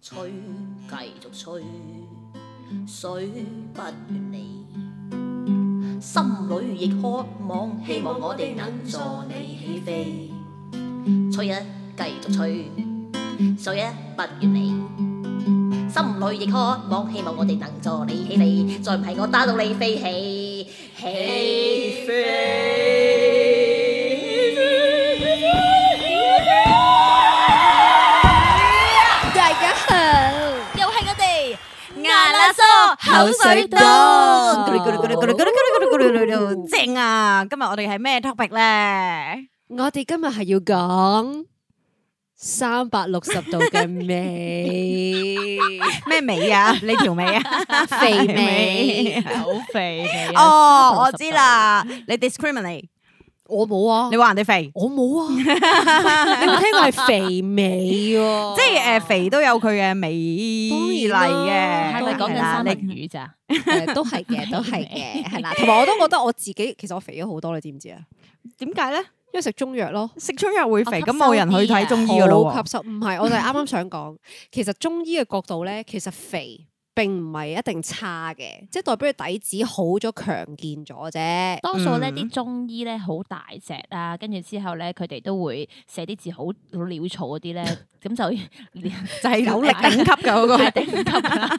吹，繼續吹，水不怨你，心裏亦渴望，希望我哋能助你起飛。吹啊，繼續吹，水啊不怨你，心裏亦渴望，希望我哋能助你起飛。再唔係我打到你飛起，起大家好。又係我哋牙罅梳口水多正啊！今日我哋係咩 topic 咧？我哋今日係要講三百六十度 嘅美咩尾啊？你條尾啊？肥美，好肥 Dạ. 嘅。哦，我知啦，你 discriminate，我冇啊你，話人哋肥，我 冇啊，你冇聽過係肥美喎？即係誒肥都有佢嘅美麗當 à, 嘅，然啦係咪講緊係啦三你文魚咋？誒都係 嘅，都係嘅，係啦。同埋我都覺得我自己其實我肥咗好多，你知唔知啊？點解咧？因為食中藥咯。食中藥會肥，我咁吸收冇人去睇中醫噶咯好喎。吸收，唔係，我就係啱啱想講，其實中醫嘅角度咧，其實肥並唔係一定差嘅，即係代表佢底子好咗、強健咗啫。多數咧嗯啲中醫咧好大隻啊，跟住之後咧佢哋都會寫啲字好好潦草嗰啲 咧，咁就就係有力頂級嘅嗰個，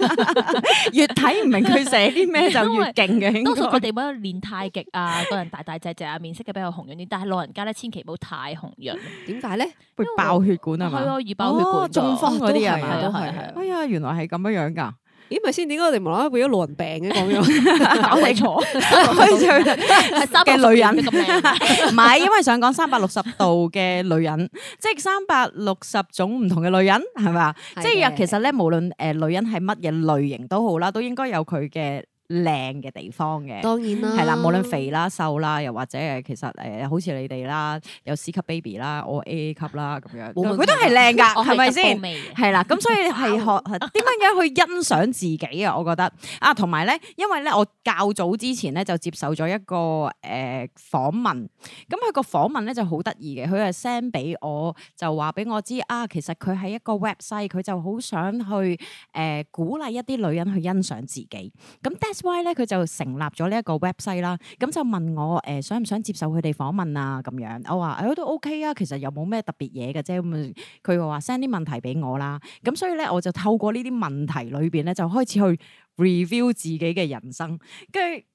越睇唔明佢寫啲咩就越勁 嘅，應該多數佢哋冇練太極啊，個人大大隻隻啊，面色嘅比較紅潤啲，但係老人家咧千祈唔好太紅潤，點解咧？會爆血管係係嘛？啊，易爆血哦管㗎中風嗰啲係嘛哦都係啊係啊都係啊哎呀，原來係咁樣樣㗎，咦，咪先？點解我哋無啦啦變咗老人病嘅咁樣？ 搞你錯，開 始去睇係三百嘅女人咁靚， 唔係，因為想講三百六十度嘅女 人，即係三百六十種唔同嘅女人，係咪啊？係即係嘅其實咧，無論誒女人係乜嘢類型都好啦，都應該有佢嘅靚嘅地方嘅。當然啦，係啦，無論肥啦、瘦啦，又或者誒，其實誒，好似你哋啦，有 C 級 baby 啦，我 AA 級啦咁樣，冇問題佢都係靚㗎，我係咪得先報？味嘅係啦，咁所以係學點樣樣去欣賞自己啊？我覺得啊，同埋咧，因為咧，我較早之前咧就接受咗一個誒、呃、訪問，咁佢個訪問咧就好得意嘅，佢係 send 俾我就話俾我知啊，其實佢係一個 website，佢就好想去誒、呃鼓勵一啲女人去欣賞自己。咁 that's why 咧，佢就成立咗呢一個 website 啦。咁就問我誒、呃想唔想接受佢哋訪問啊？咁樣我話誒、都 OK 啊，其實又冇咩特別嘢嘅啫。咁啊佢又話 send 啲問題俾我啦。咁所以咧，我就透過呢啲問題裏邊咧，就開始去 review 自己嘅人生。跟住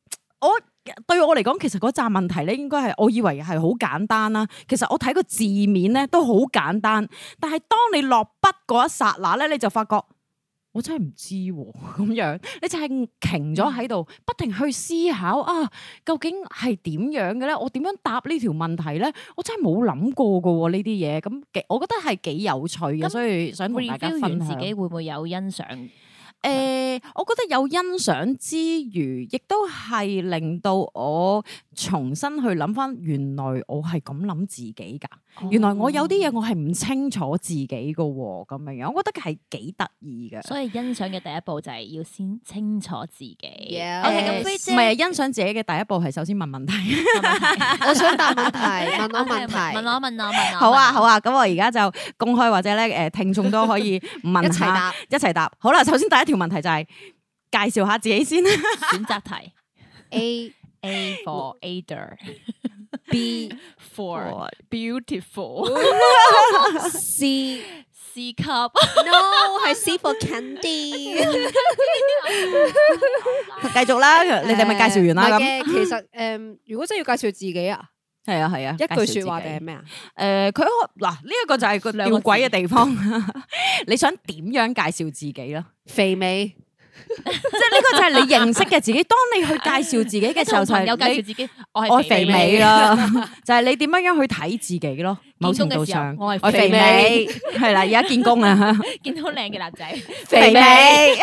我對我嚟講，其實嗰扎問題咧，應該係我以為係好簡單啦。其實我睇個字面咧都好簡單，但係當你落筆嗰一剎那咧，你就發覺。我真係唔知喎、咁樣你就係停嗯咗喺度，不停去思考啊，究竟係點樣嘅咧？我點樣答呢條問題咧？我真係冇諗過噶喎呢啲嘢，咁幾我覺得係幾有趣嘅，咁所以想同大家 review 分完享。自己會唔會有欣賞？誒、呃我覺得有欣賞之餘，亦都係令到我重新去諗翻，原來我係咁諗自己㗎。哦哦原來我有啲嘢我係唔清楚自己㗎喎，咁樣樣，我覺得係幾得意嘅。所以欣賞嘅第一步就係要先清楚自己。 Yes OK，咁誒菲姐呃唔啊係欣賞自己嘅第一步係首先問問題。我想答問題，問 我問題，問我問我問我。好啊， 好啊，咁我而家就公開或者咧誒聽眾都可以一問齊下，一答。齊答。好啦，首先第一條問題就係、介紹下自己先。選擇題 A A for Ada B for beautiful C C 級 No 係 C for candy。繼續啦， 你哋咪介紹完啦咁。誒唔係嘅其實誒，如果真係要介紹自己啊，係啊係啊，一介紹句自說話己定係咩啊？誒，佢可嗱呢一個就係個吊兩個字詭嘅 地方，你想點樣介紹自己啦？肥美。即係呢個就係你認識嘅自己。當你去介紹自己嘅 時候，就朋友介係紹你自己，我係我係肥美美。啦， 就係你點樣樣去睇自己咯。某程度上見，工嘅時候我係我係肥美，係啦，而家 見工啦，見到靚嘅男仔，肥美。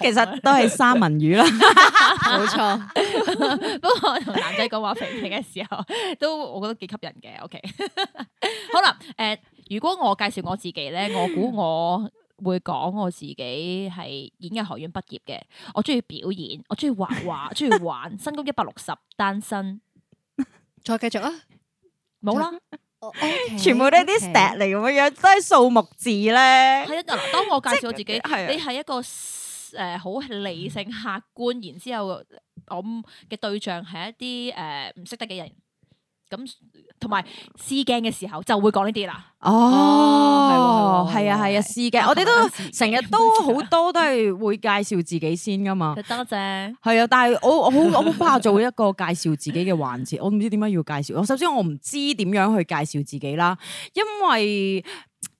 其實都係三文 魚啦，冇錯，不過我同男仔講話肥美嘅時候，都我覺得幾吸引嘅。OK，好啦，誒、如果我介紹我自己咧，我估我會講我自己係演藝學院畢業嘅，我中意表演，我中意畫 畫，中意玩，身高一百六十，單身，再繼續啊！ 冇啦，哦，OK，全部都係啲 stat 嚟咁樣样，都係數目字咧。係啊，嗱，當我介紹我自己，哎係啊你係一個誒好理性客觀，然之後我嗯嘅對象係一啲誒唔識得嘅人，咁同埋試鏡嘅時候就會講呢啲啦。哦，係喎係喎係啊，係啊，是嘅，我哋都成日 都好多都係會介紹自己先噶嘛。得啫，係啊，但係我我好我好怕做一個介紹自己嘅環節，我唔知點解要介紹。我首先我唔知點樣去介紹自己啦，因為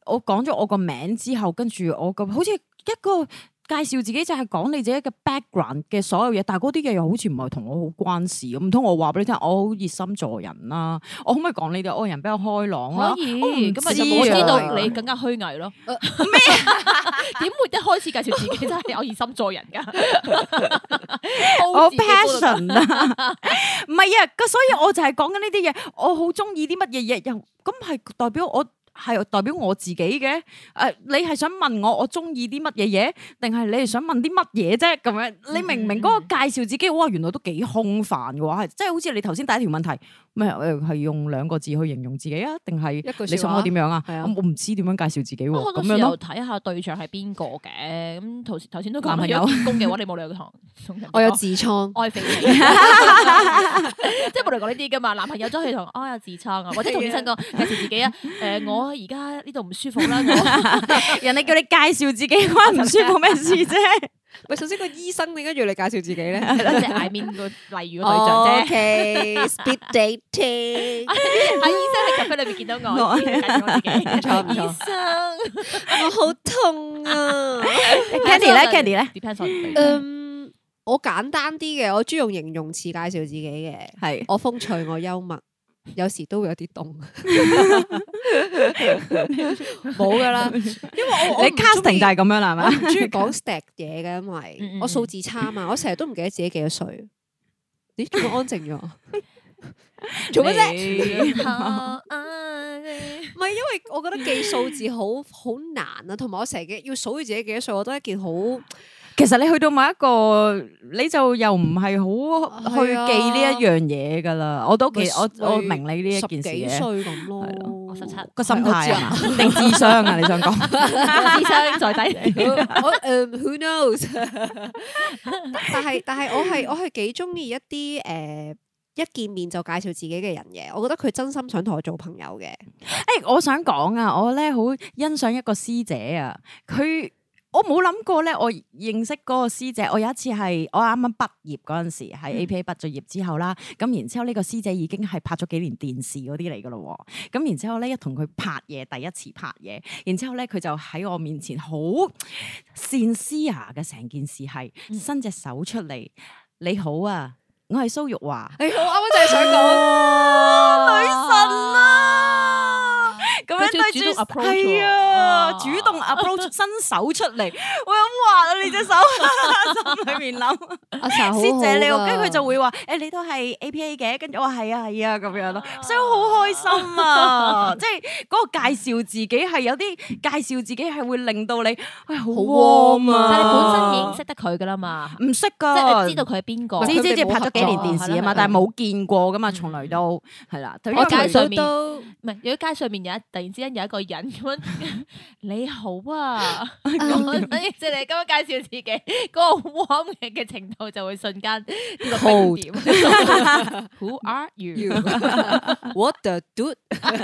我講咗我個名之後，跟住我咁好似一個介紹自己就係講你自己嘅 background 嘅所有嘢，但係嗰啲嘢又好似唔係同我好關事咁。唔通我話俾你聽，我好熱心助人啦，我可唔可以講你哋？我人比較開朗啦可，以啊我唔咁咪就知我知啊道你更加虛偽 咯。咩？ 點會一開始介紹自己真係有熱心助人 㗎？我煲自己煲到 passion 啊， 唔係啊，咁所以我就係講緊呢啲嘢，我好中意啲乜嘢嘢，又咁係代表我係代表我自己嘅。誒、你係想問我我中意啲乜嘢嘢，定係你係想問啲乜嘢啫？咁樣你明唔明嗰個介紹自己？哇，原來都幾空泛嘅話，係即係好似你頭先第一條問題，咩誒係用兩個字去形容自己啊？定係一句你説想我話點樣啊？係啊哦我我唔知點樣介紹自己喎，我哦咁咁樣時咯又。睇下對象係邊個嘅，咁頭頭先都講男朋啦，如友果見工嘅話，你冇理由同同人哋我有講痔瘡，愛肥 你，即係冇理由講呢啲噶嘛。男朋友都可以同我有痔瘡啊，或者同醫生 講介紹自己啊。誒，我而家呢度唔舒服啦，我 人哋叫你介紹自己， 關唔舒服咩事啫？喂，首先個醫生點解要你介紹自己咧？ 係咯，即係 I mean 個例如個對象哦啫。哦 OK，speed dating。阿醫生喺 cafe 裏面見到 我，介紹我自己。醫生我好痛啊！ Candy 咧，Candy 咧， ，depends on 對象嗯，我簡單啲嘅，我中意用形容詞介紹自己嘅。係我風趣，我幽默，有時都會有啲凍。冇噶啦，因為我你 casting 就係咁樣啦，係我咪？唔中意講 stack 嘢嘅，因嗯為嗯我數字差嘛，我成日都唔記得自己幾多歲。咦，做乜安靜咗？做乜啫？啫？好愛 唔係因為我覺得記數字好好難啊，同埋我成日要數住自己幾多歲，我覺得一件好其實你去到某一個，你就又唔係好去係啊記呢一樣嘢㗎啦。我都其咪我我咪明你呢一十件幾事歲嘅咁咯係。我十七個心係我知態啊啊，定智商啊？你想講？醫生在底。我誒 who knows？但係但係我係我係幾中意一啲誒、呃一見面就介紹自己嘅人嘅，我覺得佢真心想同我做朋友嘅。誒，我想講啊，我咧好欣賞一個師姐啊，佢。我冇諗過咧，我認識嗰個師姐，我有一次係我啱啱畢業嗰陣時，喺 APA 畢咗業之後啦，咁然之後呢個師姐已經係拍咗幾年電視嗰啲嚟㗎咯喎，咁然之後咧一同佢拍嘢，第一次拍嘢，然之後咧佢就喺我面前好善思牙嘅成件事係伸隻手出嚟，你好啊，我係蘇玉華。誒、我啱啱就係想講，哦女神啊！咁樣佢對最主住動 approach 喎係啊，啊主 動 approach 伸手出嚟，我咁滑啊！你隻手心裏面諗，啊阿 Sa 好好師姐你好，啊跟住佢就會話：誒你都係 APA 嘅，跟住我話係啊係啊咁樣咯，所以我好開心啊！ 即係嗰個介紹自己係有啲介紹自己係會令到你，喂好 warm 啊！但係你本身已經識得佢噶啦嘛，唔識即㗎，係知道哦啊佢係邊個。知知知拍咗幾年電視啊啊嘛，但係冇。冇見過噶嘛，從來都係啦。我介介紹紹面都唔係，如果街上面有一突然之間有一個人咁樣，你好啊，咁所以即係你咁樣介紹自己，嗰、個 warm 嘅嘅程度就會瞬間跌落冰點。Who are you？ what the do？啊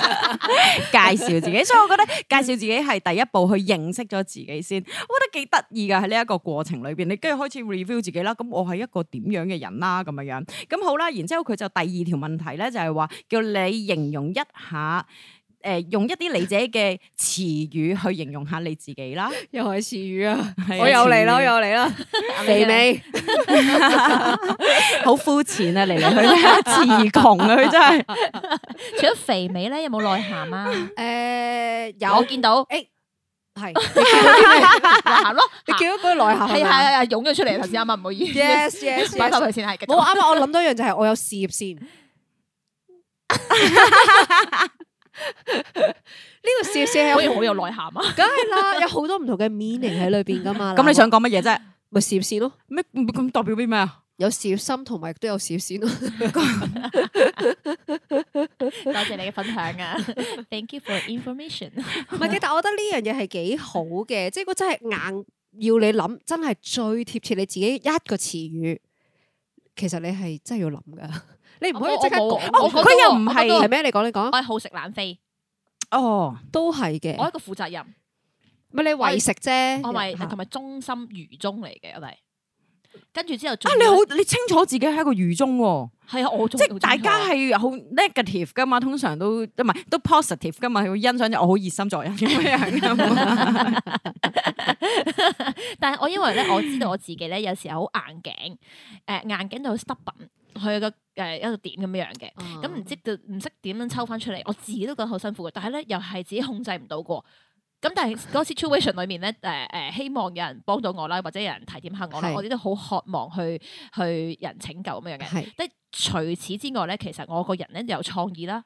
介紹自己，所以我覺得介紹自己係第一步去認識咗自己先，我覺得幾得意㗎喺呢一個過程裏邊，你跟住開始 review 自己啦，咁我係一個點樣嘅人啦，咁樣樣，咁好啦，然之後佢就第二條問題咧，就係話叫你形容一下。誒、用一啲你自己嘅詞語去形容下你自己啦，又係詞語啊！係啊我又嚟詞語啦，我又嚟啦，肥美好膚淺啊！嚟嚟去 去詞窮啊，佢真係。除咗肥美咧，有冇內涵啊？誒我有見到係你見到啲咩內涵咯，你見到嗰個內涵係係係咪係湧咗出嚟頭先啱啱唔好意思， ？Yes yes 擺翻 yes。佢先係。繼續冇啱啱我諗到一樣就係我有事業 線。呢個事業線可以係好有內涵啊！梗係啦，有好多唔同嘅 meaning 喺裏邊噶啊嘛。咁你想講乜嘢啫？咪事業線咯？咩咁代表啲咩啊？有事業心同埋都有事 業線咯。多謝你嘅分享啊！Thank you for information。唔係嘅，但我覺得呢樣嘢係幾好嘅，即係如果真係硬要你諗，真係最貼切你自己一個詞語，其實你係真係要諗噶， 你唔可以即刻我講冇我出嚟。覺得佢又唔我覺得係係咩？你講你我講，係好食懶飛，哦，都係嘅我。係一個負責任，唔係你為食啫，啊我哎咪嚇啊同埋忠心愚忠嚟嘅，我咪。跟住之後仲啊要你呢好，你清楚自己係一個愚忠喎，係啊，我即即係大家係好 negative 噶嘛，通常都唔係都 positive 噶嘛，佢會欣賞你我好熱心助人咁樣㗎 嘛但係我因為咧，我知道我自己咧有時候好硬頸，誒、硬頸到好 stubborn，佢個呃誒一個點咁樣嘅。啊哦咁唔知道唔識點樣抽翻出嚟，我自己都覺得好辛苦嘅。但係咧，又係自己控制唔到過。咁但係嗰個 situation 裏面咧，誒、誒，希望有人幫到我啦，或者有人提點下我啦，係我哋都好渴望去去人拯救咁樣嘅。係但係除此之外咧，其實我個人咧有創意啦，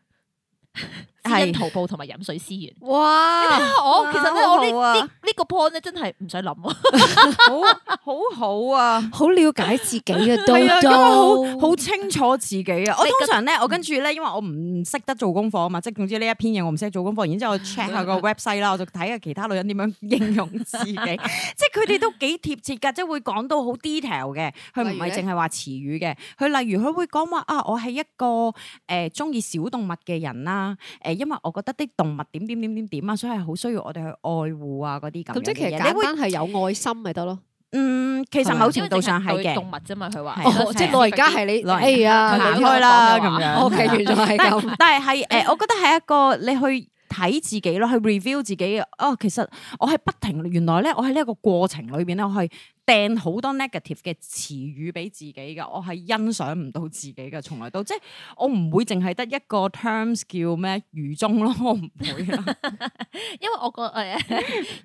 知係恩圖報同埋飲水思源。哇！啊！我其實咧，哇我呢好啊呢呢個 point 咧，真係唔使諗喎。 好好好啊！好了解自己嘅都 係啊，咁我好都好清楚自己啊！我你通覺常咧，嗯我跟住咧，因為我唔識得做功課啊嘛，即係總之呢一篇嘢我唔識做功課，然之後我 check 下個 website 啦，我就睇下其他女人點樣應用自己，即係佢哋都幾貼切㗎，即係會講到好 detail 嘅，佢唔例如係咧淨係話詞語嘅，佢例如佢會講話啊，我係一個誒中意小動物嘅人啦，誒，因為我覺得啲動物點點點點點啊，所以係好需要我哋去愛護啊嗰啲咁樣咁即係其嘅實嘢，你簡會單係有愛心咪得咯。嗯，其實某程度上係嘅動。物啫嘛，佢話係哦即係老人家係你，老人哎呀，行你開 啦聽咁我講嘅話樣 OK，原來係但咁。但係係誒，我覺得係一個你去睇自己咯，去 review 自己。哦，其實我係不停，原來咧，我喺呢一個過程裏邊咧，我係掟好多 negative 嘅詞語俾自己嘅，我係欣賞唔到自己嘅，從來都即係我唔會淨係得一個 terms 叫咩愚忠咯， 我唔會啊啦。 因為我個誒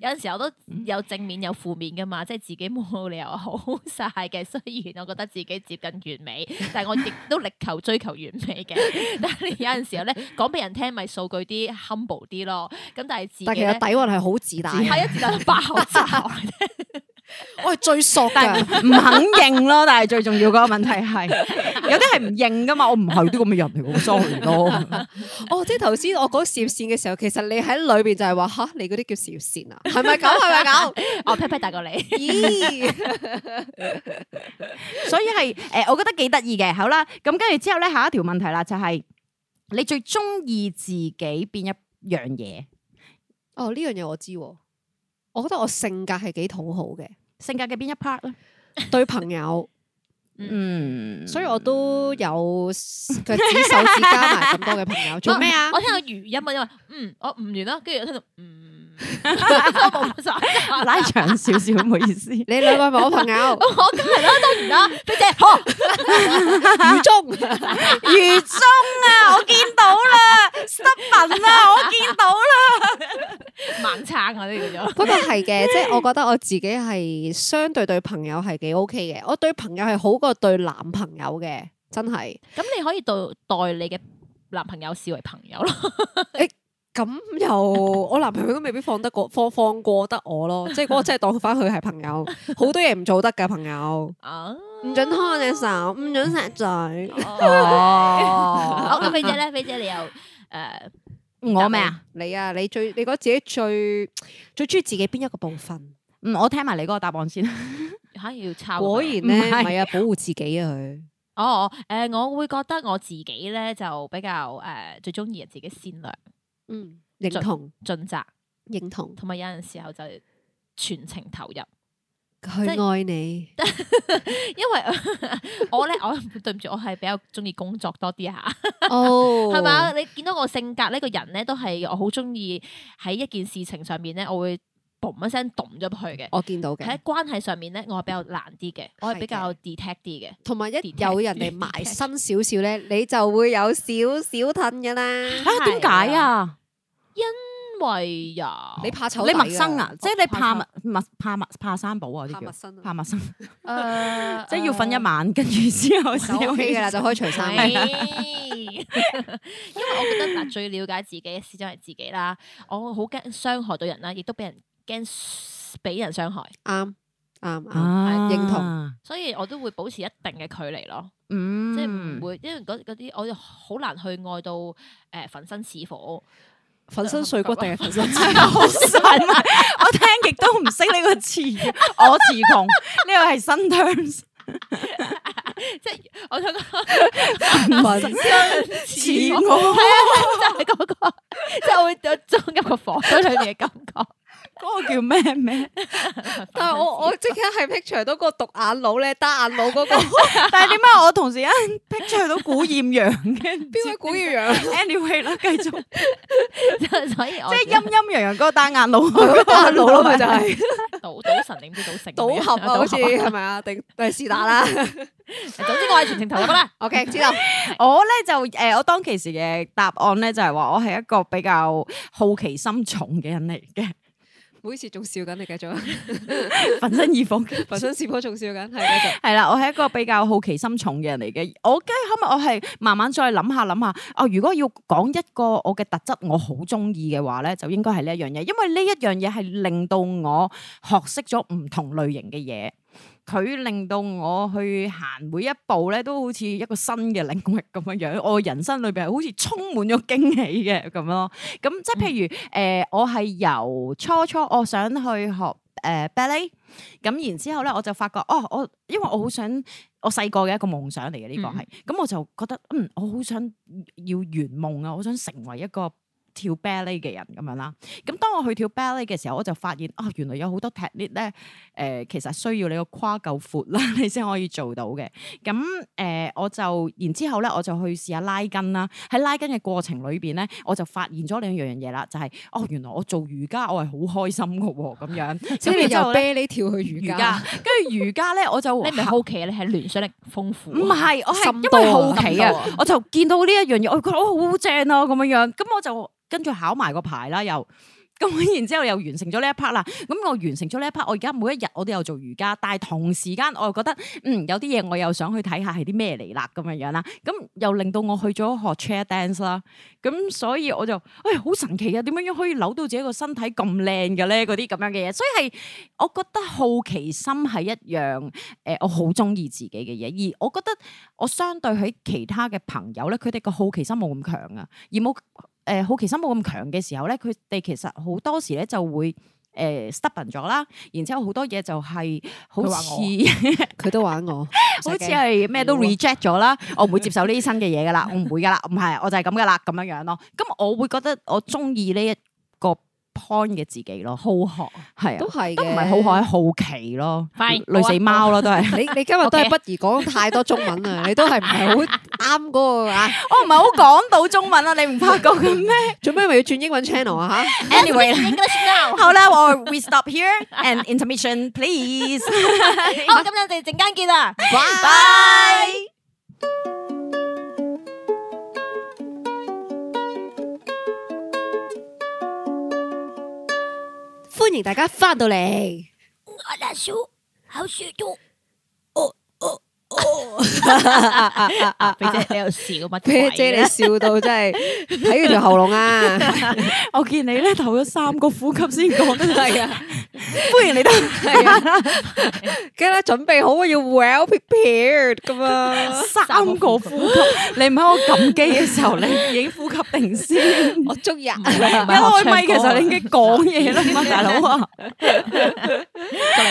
有陣時候都有正面有負面噶嘛，即係自己冇理由好晒嘅。雖然我覺得自己接近完美，但係我亦都力求追求完美嘅。 但係有陣時候咧，講俾人聽咪數據啲 humble 啲咯。咁但係自己但其實咧底蘊係好自大，啊係啊一直喺度爆炸。我係最索但㗎。係唔肯認咯，但係最重要嗰個問題係，啊有啲係唔認噶嘛，我唔係啲咁嘅人嚟嘅，sorry 咯。哦，即係頭先我講事業線嘅時候，其實你喺裏邊就係話吓，你嗰啲叫事業 線啊，係咪咁？係咪咁？我哦 pat pat 大過你，咦，所以係誒、呃我覺得幾得意嘅。好啦，咁跟住之後咧，下一條問題啦，就係、你最中意自己邊一樣嘢？哦呢樣嘢我知喎，我覺得我性格係幾討好嘅，性格嘅邊一 part 咧？對朋友， 嗯，所以我都有腳趾手指加埋咁多 嘅朋友。做咩啊？我聽到餘音啊，因為嗯，我唔完啦，跟住我聽到嗯，我冇晒。拉長少少，唔好意思。你兩個係咪我朋 友？嗯我梗係啦，哦當然啦，佢姐好。 雨中。魚 中 啊，我見到啦，失文啊，我見到啦。盲撐啊！呢叫做不過係 嘅，即係我覺得我自己係相對對朋友係幾 OK 嘅，我對朋友係好過對男朋友嘅，真係。咁，你可以代代你嘅男朋友視為朋友咯。咁又 我男朋友都未必放得過放放過得我咯，即係我真係當翻佢係朋 友，好多嘢唔做得㗎朋友，啊，唔准拖我隻手，唔准錫嘴。 好 哦，咁，肥姐咧，肥姐你又呃誒我咩啊？你啊，你最你覺得自己最最中意自己邊一個部分？嗯，我聽埋你嗰個答案先。嚇要抄咁樣？果然咧，唔唔係係啊，保護自己啊佢。哦誒，我會覺得我自己咧就比較誒最中意自己善良、嗯，認同盡責，認同，同埋有陣時候就全程投入。即佢係愛 你。因為 我咧，我對唔住，我係比較中意工作多啲嚇。啊哦，係嘛？你見到我性格呢個人咧，都係我好中意喺一件事情上面咧，我會嘣一聲揼咗入去嘅。我見到嘅。喺關係上面咧，我係比較難啲嘅，我係比較 detect 啲嘅。同埋一 detect 有人嚟埋身少少咧，你就會有少少褪噶啦。 啊，點解啊？因為呀， 你怕醜底你㗎，陌生啊，即係你怕怕陌陌怕陌怕生保啊，啲怕陌叫生 啊，怕陌 生，誒 即係要瞓一晚，跟住之後就先 OK 噶啦，就可以除衫係 因為我覺得嗱，最了解自己嘅始終係自己啦。我好驚傷害到人啦，亦都俾人驚俾人傷害。啱。啱啱，啊，認同所以我都會保持一定嘅距離咯，嗯，即係唔會，因為嗰嗰啲我好難去愛到誒、呃粉身似火。粉身碎骨定 係粉身真係好神啊！我聽極都唔識呢個詞，我詞窮， 呢個係新 terms。即係我想講粉 似火，係啊，就係嗰個，即係我會有裝入個火堆裏面嘅感覺。 嗰個叫咩咩？但係我我即刻係 picture 到個獨眼佬咧，單眼佬嗰 個但係點啊解我同時間 picture 到古豔陽嘅？唔知邊位古月陽？ Anyway 啦，繼續，即所以我係陰陰陽陽嗰個單眼佬， 單眼佬咯，咪就係賭賭神定唔知賭聖 賭俠啊，好似賭俠係咪啊？定定是但 啦。總之我係全程投入㗎 啦。 OK，知道。我咧就誒、我當其時嘅答案咧就係話我係一個比較好奇心重嘅人嚟嘅，每次仲笑緊，你繼 續。粉身而火嘅。粉身是否仲笑緊？係繼續。係啦，我係一個比較好奇心重嘅人嚟嘅。我跟住後尾我係慢慢再諗下諗下，哦，如果要講一個我嘅特質我好中意嘅話咧，就應該係呢一樣嘢，因為呢一樣嘢係令到我學識咗唔同類型嘅嘢。佢令到我去行每一步咧，都好似一個新嘅領域咁樣樣。我人生裏邊係好似充滿咗驚喜嘅咁咯。咁即係譬如誒、呃我係由初初我想去學誒 ballet，咁然之後咧我就發覺，哦，我因為我好想我細個嘅一個夢想嚟嘅呢個係，咁、我就覺得嗯，我好想要圓夢啊，我想成為一個。跳 ballet 嘅人咁樣啦，咁當我去跳 ballet 嘅時候，我就發現啊，原來有好多 technique 咧，誒、其實需要你個胯夠闊啦， 你先可以做到嘅。咁誒、呃我就然之後咧，我就去試下拉筋啦。喺拉筋嘅過程裏邊咧，我就發現咗兩樣嘢啦，就係、哦，原來我做瑜伽我係好開心嘅喎，咁樣。即係咁你然之後由咧啤梨跳去瑜瑜伽伽。，跟住瑜伽咧，我就你唔係好奇啊，你係聯想力豐富。啊唔係，我係深因為度好啊奇深度啊啊，我就見到呢一樣嘢，我覺得哦好正啊咁樣樣，咁我就跟住考埋個牌啦又。咁然之後又完成咗呢一 part 啦，咁我完成咗呢一 part，我而家每一日我都有做瑜伽，但係同時間我又覺得，嗯，有啲嘢我又想去睇下係啲咩嚟啦，咁樣樣啦，咁又令到我去咗學 chair dance 啦，咁所以我就，哎，好神奇啊，點樣樣可以扭到自己個身體咁靚嘅咧？嗰啲咁樣嘅嘢，所以係我覺得好奇心係一樣，誒、我好中意自己嘅嘢，而我覺得我相對喺其他嘅朋友咧，佢哋個好奇心冇咁強啊，而冇誒、呃好奇心冇咁強嘅時候咧，佢哋其實好多時咧就會誒、呃 stubborn 咗啦，然之後好多嘢就係好佢話似我佢都玩我， 好似係咩都冇啊 reject 咗 啦，我唔會接受呢啲新嘅嘢噶啦，我唔會噶啦，唔係我就係咁噶啦，咁樣樣咯。咁我會覺得我中意呢一個 point 嘅自己咯，好學係都啊，係嘅都唔係好學，好奇咯， Fine，啊累死貓咯都係。你你今日都 OK 係不宜講太多中文啊！你都係唔係好啱嗰個啊？ 我唔係好講到中文啊，你唔發覺嘅咩做咩咪要轉英文 channel 啊？吓， ？Anyway 啦 English now。好啦，我 we stop here and intermission please。好，咁我哋陣間見啦。 Bye。歡迎大家翻到嚟。我的书好舒服。肥姐，你又笑乜鬼啤啊？姐，你笑到真係睇佢條喉 嚨啊！ 我見你咧唞咗三個呼吸先講得 係啊，歡迎你都係啊，梗係啦，準備好啊，要 well prepared 噶嘛。三個呼吸，你唔喺我撳機嘅時候，你已經呼吸定先。我中意啊， 一開咪嘅時候，你已經講嘢啦嘛，大佬啊！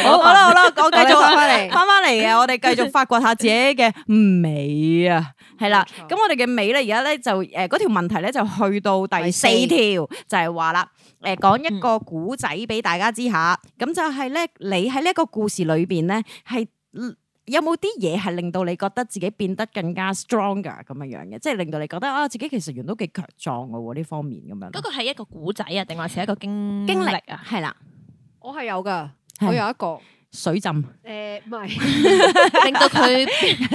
好好啦好啦，我繼續我啊哋翻返嚟翻翻嚟嘅，我哋繼續發掘下自己嘅美啊，係啦。冇錯咁我哋嘅美咧，而家咧就誒嗰條問題咧就去到第四第四條，就係話啦。誒講一個古仔俾大家知下，咁就係咧，你喺呢一個故事裏邊咧，係嗯有冇啲嘢係令到你覺得自己變得更加 stronger 咁樣樣嘅，即係令到你覺得啊，自己其實原來都幾強壯嘅喎呢方面咁樣。嗰個係一個古仔啊，定還是一個經經歷歷啊？係啦，我係有噶，係我有一個水浸。誒，唔係。令到佢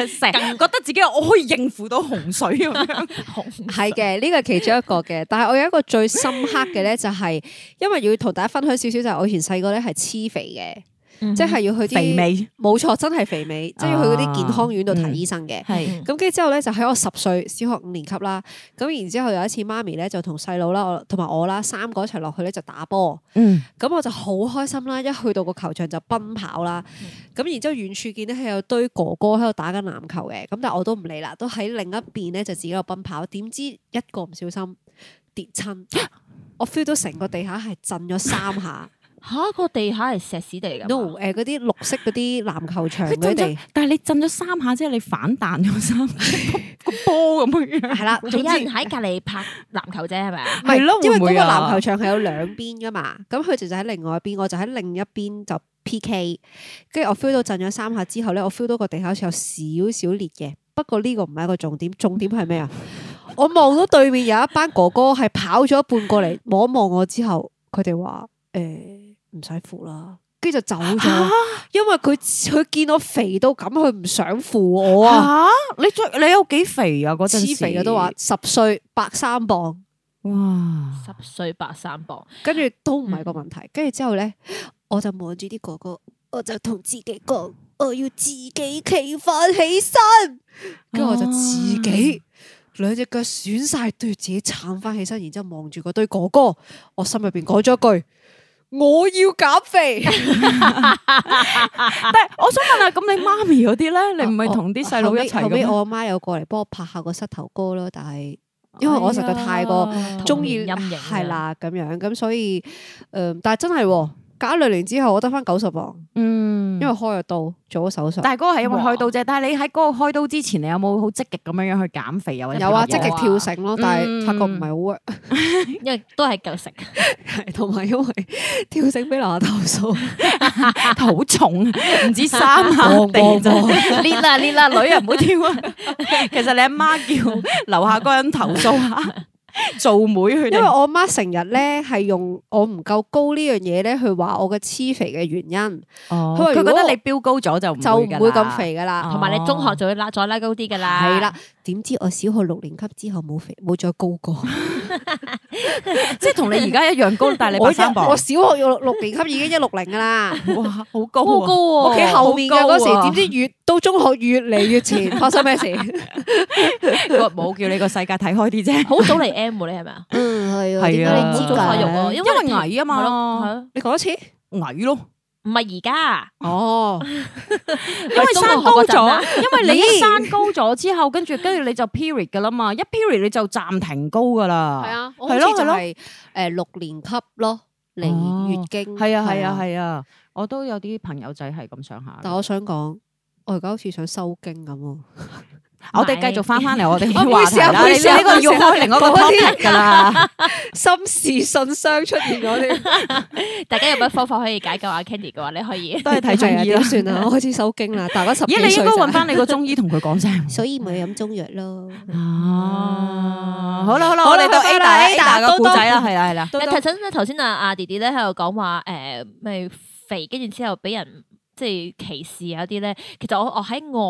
成覺得自己我可以應付到洪水咁 樣，紅 係嘅，呢個係其中一個嘅。但係我有一個最 深刻嘅咧，就係因為要同大家分享少少，就係我以前細個咧係黐肥嘅。即係要去啲嗯肥，美，啊冇錯，真係肥美，即係要去嗰啲健康院度睇醫生嘅。係嗯咁跟住之後咧，就喺我十歲小學五年級啦。咁然之後有一次，媽咪咧就同細佬啦，我同埋我啦，三個一齊落去咧就打波。嗯咁我就好開心啦！一去到個球場就奔跑啦。嗯咁、然之後遠處見到係有堆哥哥喺度打緊籃球嘅，咁但係我都唔理啦，都喺另一邊咧就自己喺度奔跑。點知一個唔小心跌 親，我 feel 到成個地下係震咗三下。啊吓個地下係石屎地嚟㗎嘛。 no 誒、嗰啲綠色嗰啲籃球場 佢嗰啲震地咗，但係你震咗三下之後，你反彈咗三 個波咁樣樣，係啦，係總有之。人喺隔離拍籃球啫，係咪啊？唔係係咯因為會唔嗰會個啊籃球場係有兩邊噶嘛，咁佢就就喺另外一邊，我就喺另一邊就 P.K.，跟住我 feel 到震咗三下之後咧，我 feel 到個地下好似有少少裂嘅，不過呢個唔係一個重點，重點係咩 啊？我望到對面有一班哥哥係跑咗一半過嚟，望一望我之後，佢哋話誒唔使扶啦。跟住就走咗，因為佢佢見我肥到咁，佢唔想扶我啊，哇！你最你有幾肥啊？嗰陣時黐肥嘅都話十歲百三磅。哇！十歲百三磅，跟住都唔嗯係個問題。跟住之後咧，我就望住啲哥哥，我就同自己講，我要自己企翻起身。跟住我就自哦己兩隻腳損晒，都要自己撐翻起身，然之後望住嗰堆哥哥，我心入邊講咗一句。我要減肥，但係我想問下，咁你媽咪嗰啲咧， 你唔係同啲細佬一齊哦後尾嘅咩？後尾我阿媽有過嚟幫我拍下個膝頭哥咯，但係哦因為我哎實在太過中意童年陰影啊係啦咁樣，咁所以誒、嗯但係真係喎隔咗兩年之後，我得翻九十磅，嗯因為開咗刀，做咗手術。但係嗰個係因為開刀啫。但係你喺嗰個開刀之前，你有冇好積極咁樣樣去減肥啊？嗯或者有啊，有積啊極減跳繩咯，但係發覺唔係好因為都係夠食。 work，同埋因為跳繩俾樓下投 訴，好重，唔止三下 地咋。捏啦捏啦，女啊唔好跳 啊！其實你阿媽叫樓下嗰個人投訴下， 做妹佢因為哋。我媽成日咧係用我唔夠高呢樣嘢咧去話我嘅黐肥嘅原因，哦佢話佢覺如果得你飆高咗就就唔唔會 會咁。肥噶啦。哦同埋你中學就會拉再拉高啲㗎啦。係啦，，點知我小學六年級之後冇肥，冇再高過。即係同你而家一樣高，啊但係你我八一三磅我，小學六六年級已經一六零噶啦， 哇，好高好高喎。啊！屋企後面嘅嗰好高啊時，點知越到中學越嚟越前，發生咩 事？我冇叫你個世界睇開 啲啫，好早嚟 M 喎，你係咪啊？嗯，係啊點解你好知早發育喎，因為因為矮啊嘛係咯係咯你講一次。矮咯。唔係而家，哦，因為中生高學嗰陣啊咗，因為你一生高咗之後，跟住跟住你就 period 噶啦嘛，一 period 你就暫停高噶啦。係，啊，我好係似咯就係咯係誒六年級咯嚟哦月經，係啊，係啊，係啊，我都有啲朋友仔係咁上下。但我想講，我而家好似想收經咁喎。我哋繼續翻翻嚟我 哋嘅啊唔好意話思題啊唔啦，好意你思啊呢個要開唔好意思啊另一個 topic 噶啦。心事信箱出現咗 啲，大家有乜方法可以解救阿 Candy 嘅話，你可 以都係睇係啊中醫啦點。算啊？我開始 收經啦，大家十幾咦，你應歲該咋揾翻你個中醫同佢講聲。 所以咪飲中藥咯。哦，好啦好啦，好我啦哋到好啦 A 大 A 大 Ada，個故仔啦，多多係啦係啦。都頭先咧，頭先啊阿 Didi 咧喺度講話誒，咪肥，跟住之後俾人即係歧視啊啲咧。其實我我喺愛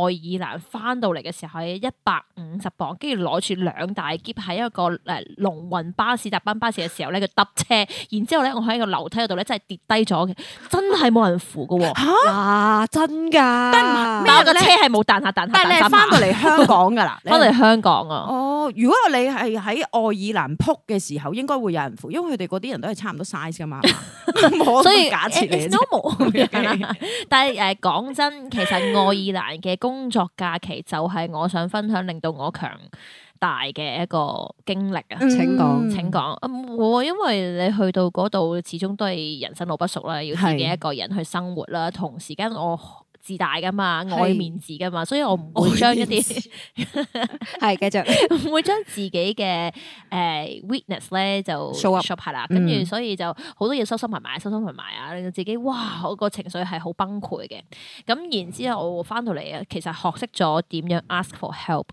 爾蘭翻到嚟嘅時候係一百五十磅，跟住攞住兩大箧喺一個誒龍運巴士搭班巴士嘅時候咧，佢揼車，然之後咧我喺個樓梯嗰度咧真係跌低咗嘅，真係冇人扶嘅 喎。啊哇，真㗎！但但我個車係冇彈下彈下但啊係你彈係翻翻到嚟，嚟香港噶啦， 你係翻到嚟香港啊，哦，如果你係喺愛爾蘭撲嘅時候，應該會有人扶，因為佢哋嗰啲人都係差唔多 size 噶嘛，係嘛我所以假設 it's 你 normal 但係誒講真，其實愛爾蘭嘅工作假期就係我想分享令到我強大嘅一個經歷啊。請講請講，嗯我因為你去到嗰度，始終都係人生路不熟啦，要自己係一個人去生活啦。同時間我自大噶嘛，係愛面子噶嘛，所以我唔會將一啲係繼續 唔 會將自己嘅誒 weakness 咧就 Show up 係啦，跟住嗯所以就好多嘢收收埋埋，收收埋埋啊，令到自己哇，我個情緒係好崩潰嘅。咁然之後我翻到嚟啊，其實學識咗點樣 ask for help。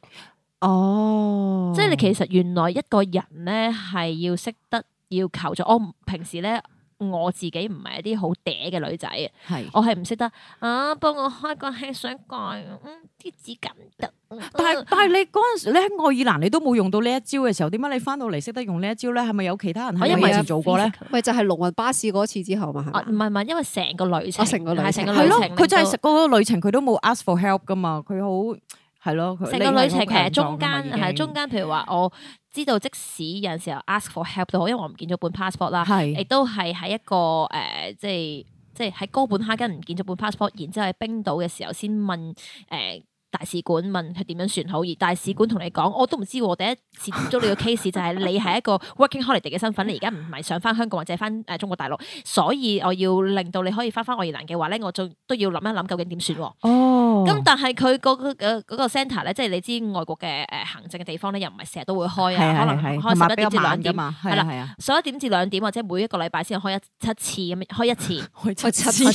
哦，即係你其實原來一個人咧係要識得要求助。我唔平時咧我自己唔係一啲好嗲嘅女仔，係。我係唔識得啊，幫我開個汽水蓋，嗯，啲紙巾唔得，嗯但係但係你嗰陣時，你喺愛爾蘭你都冇用到呢一招嘅時候，點解你翻到嚟識得用呢一招咧？係咪有其他人我喺哦因你為面前做過咧？咪就係龍運巴士嗰次之後嘛，係啊，唔嘛？係唔係，因為成個旅程，哦成個旅係成個程係旅咯程，，佢真係食嗰個旅程，佢都冇 ask for help 噶嘛，佢好係咯，佢成個旅程你其實係好強壯中㗎嘛間已經係中間，譬如話我知道即使有陣時候 ask for help 都好，因為我唔見咗本 passport 啦，亦係都係喺一個誒、呃即係即係喺哥本哈根唔見咗本 passport，然之後喺冰島嘅時候先問誒。呃大使館問佢點樣算好，而大使館同你講，我都唔知喎。我第一次接觸呢個 case 就係你係一個 working holiday 嘅身嗯份，你而家唔係想翻香港或者翻誒中國大陸，所以我要令到你可以翻翻愛爾蘭嘅話咧，我仲都要諗一諗究竟點算喎。哦咁但係佢嗰個呃嗰嗰個 centre 咧，即係你知外國嘅誒行政嘅地方咧，又唔係成日都會開係啊，啊可能係啊開同埋十一比點較至兩慢噶點，嘛，係係啦啊係啊，十一點至兩點或者每一個禮拜先開一七次咁樣，開一 次，開開啊七次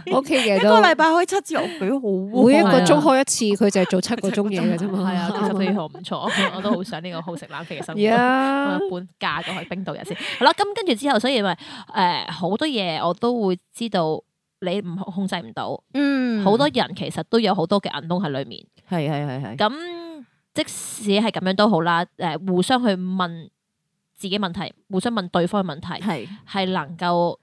次 O K 一嘅個禮都，拜開七次，我幾好喎每一個係啊鐘開一次，佢就係做七個鐘嘢嘅啫嘛。係啊，咁就啱非常唔錯，我都好想呢個好食懶飛嘅生活。咁啊 Yeah 啊搬嫁過去冰島人先，好啦，咁跟住之後，所以咪誒好多嘢我都會知道你唔控制唔到，好、嗯多人其實都有好多嘅銀窿喺裡面。係係係係。咁即使係咁樣都好啦，誒、互相去問自己問題，互相問對方嘅問 題，係係能夠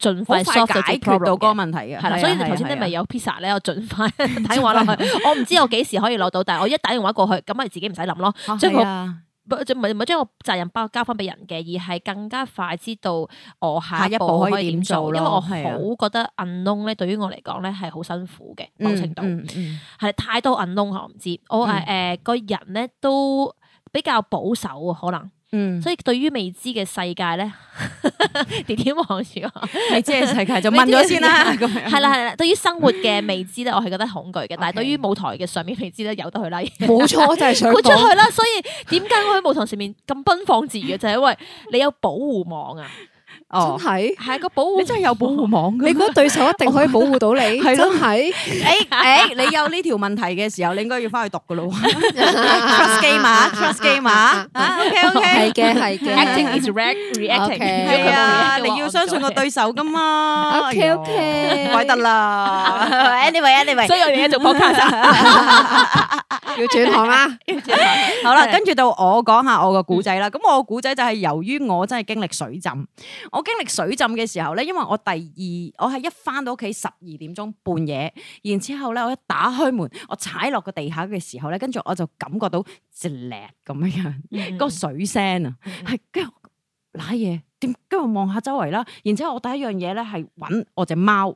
盡好快 solve 到快解啲決到 problem 嗰個嘅。問題嘅，係啊啦，所以你頭先咧咪有 pizza 咧，我盡 快打電話落去。我唔知我幾時可以攞到，但係我一打電話過去，咁咪自己唔使諗咯。即將個係不唔係唔係將個責任包交翻俾人嘅，而係更加快知道我下下一一步步可可以以點點做，做因為我咯好係啊覺得 unknown 咧對於我嚟講咧係好辛苦嘅某程度。嗯嗯係太多 unknown 我唔知，我誒誒個人咧都比較保守啊，可能，嗯，所以對於未知嘅世界咧， 點點望住我，你即係世界就問咗先啦，咁樣 係啦係啦，對於生活嘅未知咧，我係覺得恐懼嘅，但係 OK 對於舞台嘅上面未知咧，由得佢 啦，冇錯，我就係想豁出講。去啦。所以點解我喺舞台上面咁奔放自如嘅，就係因為你有保護網啊，哦，真係，係個保 護你真係有保護網你 嘅估。對手一定可以保護到你？係真咯係，哎 誒誒，你有呢條問題嘅時候，你應該要翻去讀噶咯喎 ，trust game 啊，trust game 啊，啊，OK OK，係嘅，係 acting 嘅。 is react reacting， OK 如果佢冇 react 係啊，嘅話你要相信個我唔做嘢對手噶嘛 OK OK，唔怪得啦，anyway anyway，所以我哋而家做 podcast 啊要轉行啦。好係啦，嗯跟住到我講下我個古仔啦。咁我個古仔就係由於我真係經歷水浸，我經歷水浸嘅時候咧，因為我第二我係一翻到屋企十二點鐘半夜，然之後咧我一打開門，我踩落個地下嘅時候咧，跟住我就感覺到直叻咁樣樣。 嗯個水聲啊，嗯係跟住我揦嘢，點跟住我望下周圍啦，然之後我第一樣嘢咧係揾我隻貓，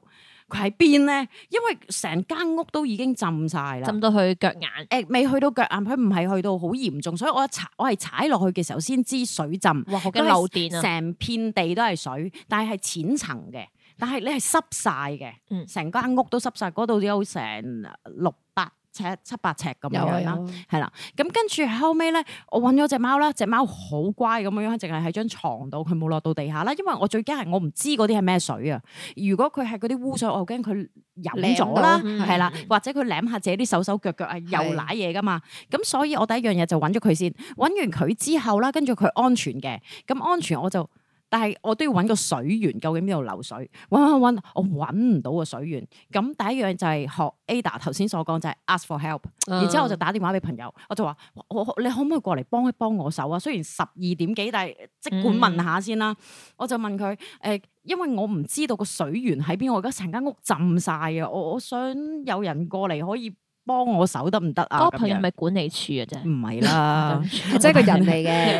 佢喺邊咧？因為成間屋都已經浸晒啦浸。到佢腳眼。誒未去到腳眼，佢唔係去到好嚴重，所以我一踩我係踩落去嘅時候先知水浸，哇！好驚都係漏電啊！成片地都係水，但係係淺層嘅，但係你係濕晒嘅嗯，成間屋都濕晒，嗰度有成六百尺、七百尺咁有啊樣有啦啊。，係啦，咁跟住後尾咧，我揾咗只貓啦，只貓好乖咁樣，淨係喺張床度，佢冇落到地下啦。因為我最驚係我唔知嗰啲係咩水啊。如果佢係嗰啲污水，我驚佢飲咗啦，舐到係啦嗯，或者佢舐下自己啲手手腳腳啊，又舐嘢噶嘛。咁所以我第一樣嘢就揾咗佢先，揾完佢之後啦，跟住佢安全嘅，咁安全我就。但係我都要揾個水源，究竟邊度流水？揾揾揾，我揾唔到個水源。咁第一樣就係學 Ada 頭先所講，就係 ask for help。然之後我就打電話俾朋友，我就話：我我你可唔可以過嚟幫一幫我手啊？雖然十二點幾，但係即管嗯問下先啦。我就問佢誒、因為我唔知道個水源喺邊，我而家成間屋浸晒啊！我我想有人過嚟可以幫我手得唔得啊？嗰個咁哦朋友樣咪管理處啊，真係唔係啊啦。係真係個人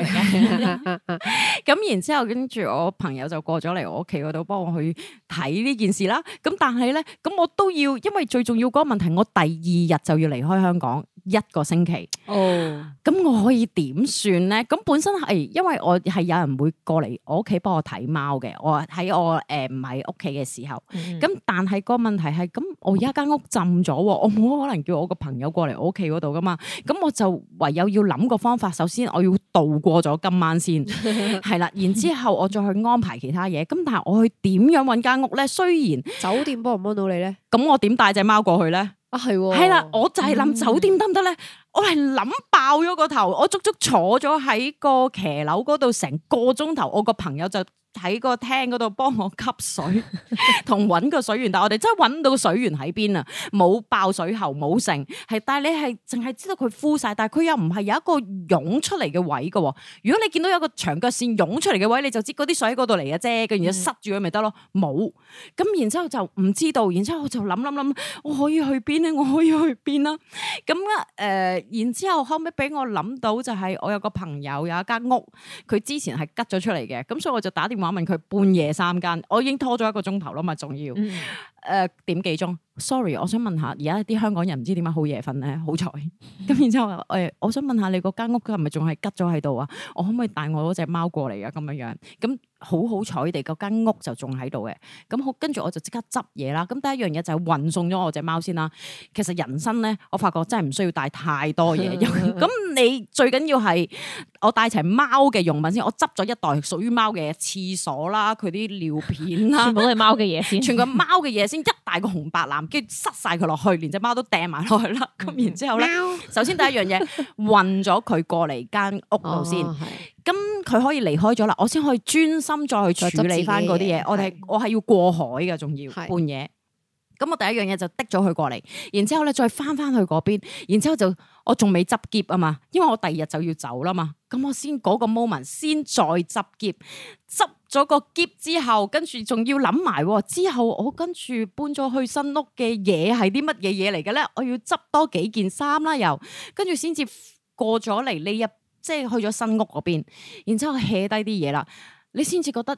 嚟嘅。咁然之後，跟住我朋友就過咗嚟我屋企嗰度幫我去睇呢件事啦。咁但係咧，咁我都要，因為最重要嗰個問題，我第二日就要離開香港一個星期。 哦，咁我可以點算咧？咁本身係因為我係有人會過嚟我屋企幫我睇貓嘅，我喺我誒唔喺屋企嘅時候。咁咁但係個問題係，咁我而家間屋浸咗喎， 我冇可能叫我個朋友過嚟我屋企嗰度噶嘛。咁我就唯有要諗個方法，首先我要度過咗今晚先，係啦。然之後我再去安排其他嘢。咁但係我去點樣揾間屋咧？雖然酒店幫唔幫到你咧？咁，我點帶只貓過去咧？啊，係喎。嗯係啦，我就係諗酒店得唔得咧？我係諗爆咗個頭，我足足坐咗喺個騎樓嗰度成個鐘頭，我個朋友就喺個廳嗰度幫我吸 水，同揾個水源。但係我哋真係揾到水源喺邊啊！冇爆水喉，冇剩，係但係你係淨係知道佢枯晒，但係佢又唔係有一個湧出嚟嘅位嘅喎。如果你見到有個長腳線湧出嚟嘅位，你就知嗰啲水喺嗰度嚟嘅啫，跟住就塞住佢咪得咯。冇咁，然之後就唔知道，然之後我就諗諗諗，我可以去邊咧？啊我可以去邊啦？咁咧誒，然之後後尾俾我諗到就係我有個朋友有一間屋，佢之前係吉咗出嚟嘅，咁所以我就打電話問佢半夜三更，我已經拖咗一個鐘頭啦嘛，仲要。嗯誒、呃點幾鐘？Sorry，我想問下，而家啲香港人唔知點解好夜瞓咧，好彩。 咁然之後誒、我想問下你嗰間屋佢係咪仲係吉咗喺度啊？我可唔可以帶我嗰只貓過嚟啊？咁樣樣，咁好好彩地，嗰間屋就仲喺度嘅。咁好，跟住我就即刻執嘢啦。咁第一樣嘢就係運送咗我只貓先啦。其實人生咧，我發覺真係唔需要帶太多嘢， 因為咁你最緊要係我帶齊貓嘅用品先。我執咗一袋屬於貓嘅廁所啦，佢啲尿片啦全。部都係貓嘅嘢 先。全個貓嘅嘢先一大個紅白藍，跟住塞晒佢落去，連只貓都掟埋落去 啦。咁然之後咧，喵首先第一樣嘢運咗佢過嚟間屋度先，哦係咁佢可以離開咗啦，我先可以專心再去處理翻嗰啲嘢再執自己嘅嘢。我哋我係要過海嘅，仲要係半夜。咁我第一樣嘢就滴咗佢過嚟，然之後咧再翻翻去嗰邊，然之後就我仲未執劫啊嘛，因為我第二日就要走啦嘛，咁我先嗰個 moment 先再執劫，執咗個劫之後，跟住仲要諗埋喎，之後我跟住搬咗去新屋嘅嘢係啲乜嘢嘢嚟嘅咧？我要執多幾件衫啦，又跟住先至過咗嚟呢一，即係去咗新屋嗰邊，然之後 hea 低啲嘢啦，你先至覺得。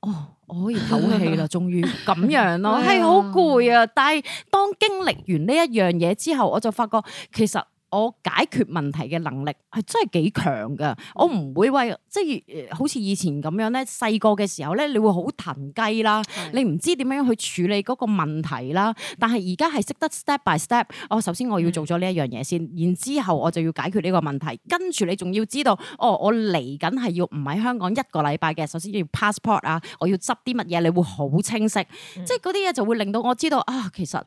哦，我可以唞氣啦，終於咁樣咯，哇係好攰啊！但係當經歷完呢一樣嘢之後，我就發覺其實我解決問題嘅能力係真係幾強噶。我唔會為即係呃好似以前咁樣咧，細個嘅時候咧，你會好騰雞啦，你唔知點樣去處理嗰個問題啦。但係而家係識得 step by step，哦，首先我要做咗呢一樣嘢先，然之後我就要解決呢個問題。跟住你仲要知道，哦，我嚟緊係要唔喺香港一個禮拜嘅，首先要 passport 啊，我要執啲乜嘢，你會好清晰，嗯即係嗰啲嘢就會令到我知道啊，其實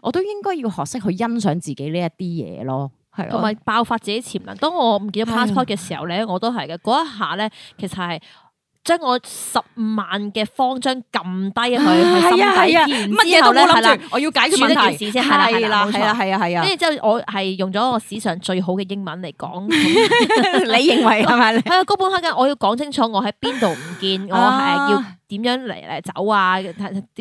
我都應該要學識去欣賞自己呢一啲嘢咯，係啊同埋爆發自己潛能。當我唔見咗係啊 passport 嘅時候咧，我都係嘅。嗰一下咧，其實係將我十萬嘅慌張撳低佢，係心係啊係啊，底然乜嘢之都後咧，冇係啦諗。住，我要解決問呢題，件事先係啦係啦冇錯係啦係啊 係啊，跟住之後，我係用咗我史上最好嘅英文嚟講。你認為係咪？係啊，高本黑嘅，我要講清楚我喺邊度唔 見，我啊係要點樣嚟嚟走啊？ 點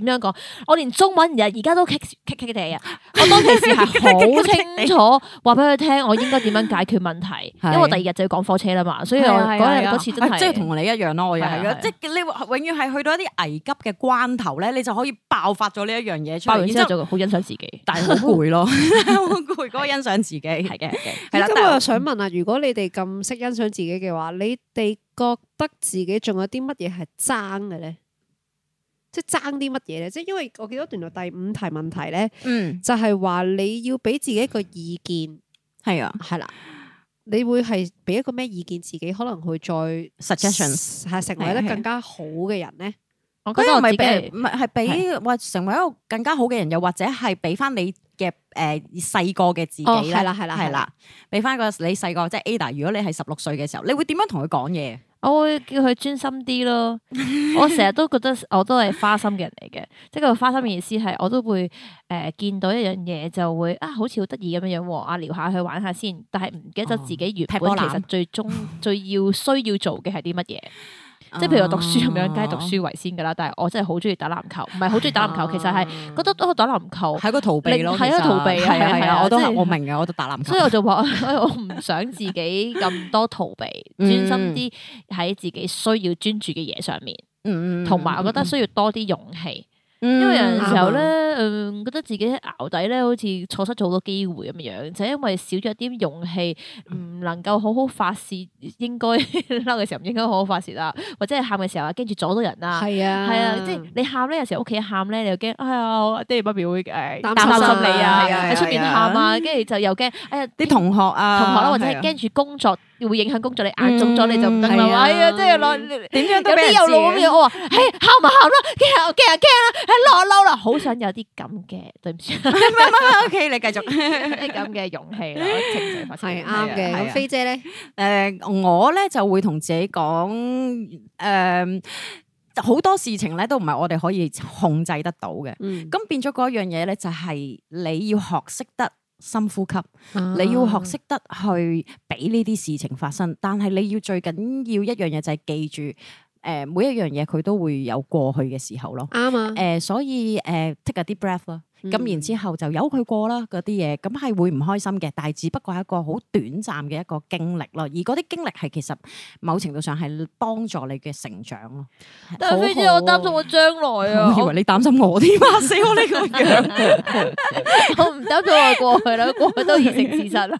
樣講？我連中文而而家都棘棘棘地啊！我當其時 係好清楚話俾佢聽，我應該點樣解決問 題，因係為我第二日就要趕火車啦啊嘛，所以我嗰日嗰次真即係係同你一樣咯，我又係係啊係嘅啊，即係你永遠係去到一啲危急嘅關頭咧，你就可以爆發咗呢一樣嘢出爆嚟，完然之之後後就好欣賞自己。 但係好攰咯，好攰，嗰個欣賞自己係係嘅，係嘅。啦，咁我但又想問啊，如果你哋咁識欣賞自己嘅話，你哋覺得自己仲有啲乜嘢係爭嘅咧？即係爭啲乜嘢咧？即係因為我記得原來第五題問題咧，嗯就係話你要俾自己一個意見，係啊係啦，你會係俾一個咩意見自己，可能會再，suggestions。係成為係啊得係啊更加好嘅人咧。我覺嗰得個我自咪己俾係唔係係俾或成為一個更加好嘅人，又或者係俾翻你嘅誒細個嘅自己哦啦，係啦係啦係係啦啦，俾翻個你細個即係 Ada，如果你係十六歲嘅時候，你會點樣同佢講嘢？我會叫佢專心啲咯。我成日都覺得 我都係花心嘅人嚟嘅，即係個花心嘅意思係我都會誒、呃、見到一樣嘢就會啊，好似好得意咁樣樣喎，啊聊下去玩下先，但係唔記得咗自己原哦本踢波其籃實最終 最要需要做嘅係啲乜嘢。哦即係譬如我讀書咁樣，梗係讀書為先㗎啦。但係我真係好中意打籃球，唔係好中意打籃球，其實係覺得哦我打籃球哦係一個逃避咯，係一個其實逃避啊係啊係啊係係啊，啊我都係即係我明嘅，我都打籃球所以。我就話 哎我唔想自己咁多逃避，專嗯心啲喺自己需要專注嘅嘢上面，嗯同埋我覺得需要多啲勇氣，因因為有陣時候咧，啱啊嗯，覺得自己喺淆底咧，好似錯失咗好多機會咁樣，就係因為少咗啲勇氣，唔能夠好好發泄應該 嬲嘅時候唔應該好好發泄啦，或者係喊嘅時候啊，跟住阻到人啊。係啊係啊，即係你喊咧，有時候屋企喊咧，你又驚，哎呀，我爹哋媽咪會誒擔擔心心你啊，係啊係啊喺出面喊啊，跟住就又驚，哎呀，啲同學啊，同學啦，或者係啊驚住工作會影響工作，你眼中咗你就唔得嗯係啊啦。哎呀，即係攞點樣有都俾人啲有知路咁嘅樣，我話：，嘿，喊咪喊啦，驚啊驚啊驚啦，哎落啊嬲啦，好想有啲咁嘅，對唔住， O K，你繼續。有啲咁嘅勇氣啦，情緒發泄係係啱係嘅。啊咁飛姐咧，誒、我咧就會同自己講誒、好多事情咧都唔係我哋可以控制得到嘅。嗯，咁變咗嗰樣嘢咧，就係你要學識得深呼吸，咁你要學識得去俾呢啲事情發生。但係你要最緊要一樣嘢就係記住，诶、每一樣嘢佢都會有過去嘅時候咯。啱啊，诶、所以诶、take a deep breath 啦，咁、嗯然之後就由佢過啦，嗰啲嘢，咁係會唔開心嘅，但係只不過係一個好短暫嘅一個經歷咯，而嗰啲經歷係其實某程度上係幫助你嘅成長咯。但係好非姐，我好啊擔心我將來 à. 啊，我以為你擔心我添啊！死我呢個樣，我唔擔心我過去啦，過去都已成事實啦。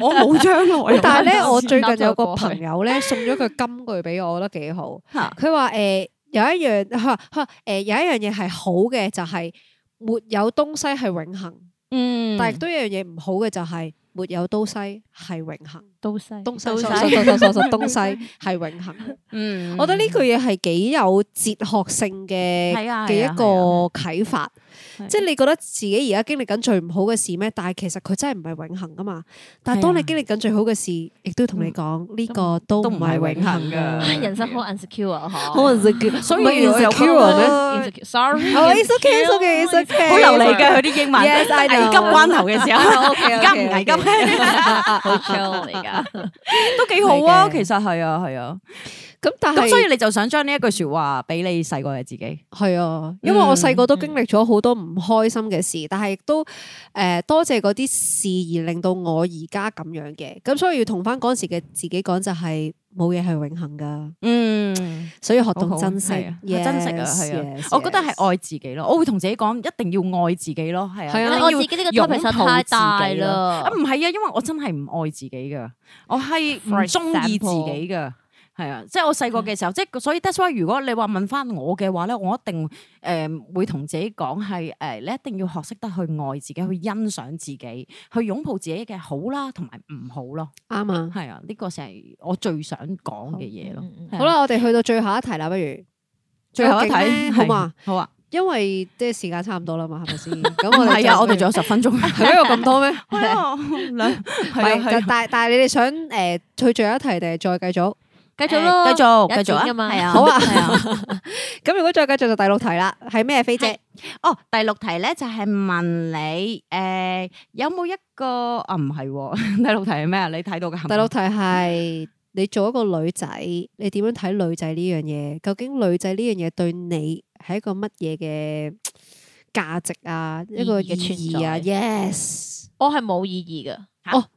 我冇將來。但係咧，我先最啱近有咗個過去朋友咧送咗句金句俾我，我覺得幾好。嚇佢話誒有一樣， 佢話佢話誒有一樣嘢係好嘅，就係、沒有東西係永恆，嗯但係亦都有一樣嘢唔好嘅就係、沒有東西係永恆，都西， 東西都 sorry，sorry，sorry，sorry，東西係永恆。嗯我覺得呢句嘢係幾有哲學性嘅係啊係啊嘅一係個啟發係啊，即係你覺得自己而家經歷緊最唔好嘅事咩？但係其實佢真係唔係永恆噶嘛。但係當係你啊經歷緊最好嘅事，亦都同你講呢個都都唔唔係係永永恆恆㗎 㗎。唉人生好 insecure à, 啊，可能就叫所以唔係我有 insecure 咩？咩？Sorry，哦，it's Ờ, okay，it's okay，it's okay，好流利嘅佢啲英文， Yes, I 危 know 哦急關頭嘅時 候， OK，OK，OK 而家唔危急。 好 chill 嚟噶。都幾好啊，係嘅其實係啊，係啊。咁但咁係所以你就想將呢一句说話俾你細個嘅自己。係啊，因為我細嗯個都經歷咗好多唔開心嘅事，但係亦都誒多謝嗰啲事而令到我而家咁樣嘅，咁所以要同翻嗰陣時嘅自己講就係冇嘢係永恆噶，嗯，所以學到好好珍惜係啊， Yes，珍惜啊，係啊 yes，，我覺得 yes 係愛自己咯。我會同自己講，一定要愛自己咯，係啊，係啊一定我要自己呢個 topic 實太大啊，啦，唔係啊，因為我真係唔愛自己噶，我係 唔 For 中意自己噶。係啊，即係我細個嘅嗯時候，即係所以 that's why 如果你話問翻我嘅話咧，我一定誒、呃、會同自己講係誒，你一定要學識得去愛自己，去欣賞自己，去擁抱自己嘅好啦，同埋唔好咯。啱啊。係啊，呢、個成係我最想講嘅嘢咯。嗯嗯嗯係啊好，啦，我哋去到最後一題啦，不如最後一究竟題呢好嘛？？係好啊，因為即係時間差唔多啦嘛，係咪 先？唔咁我哋係啊，我哋就仲有十分鐘。 係咩有咁多 咩？係啊， 兩係啊係係就啊但但係你哋想誒去最後一題定係再繼續？繼續咯，繼續有繼續啊錢㗎嘛係啊，好啊係啊。咁如果再繼續就第六題啦，係咩飛係姐？哦，第六題咧就係問你诶、誒有冇一個啊唔係喎， 第六題係咩啊？你睇到嘅第六題係你做一個女仔，你點樣睇女仔呢樣嘢？究竟女仔呢樣嘢對你係一個乜嘢嘅價值啊？一個意義嘅意義啊存？Yes，我係冇意義噶。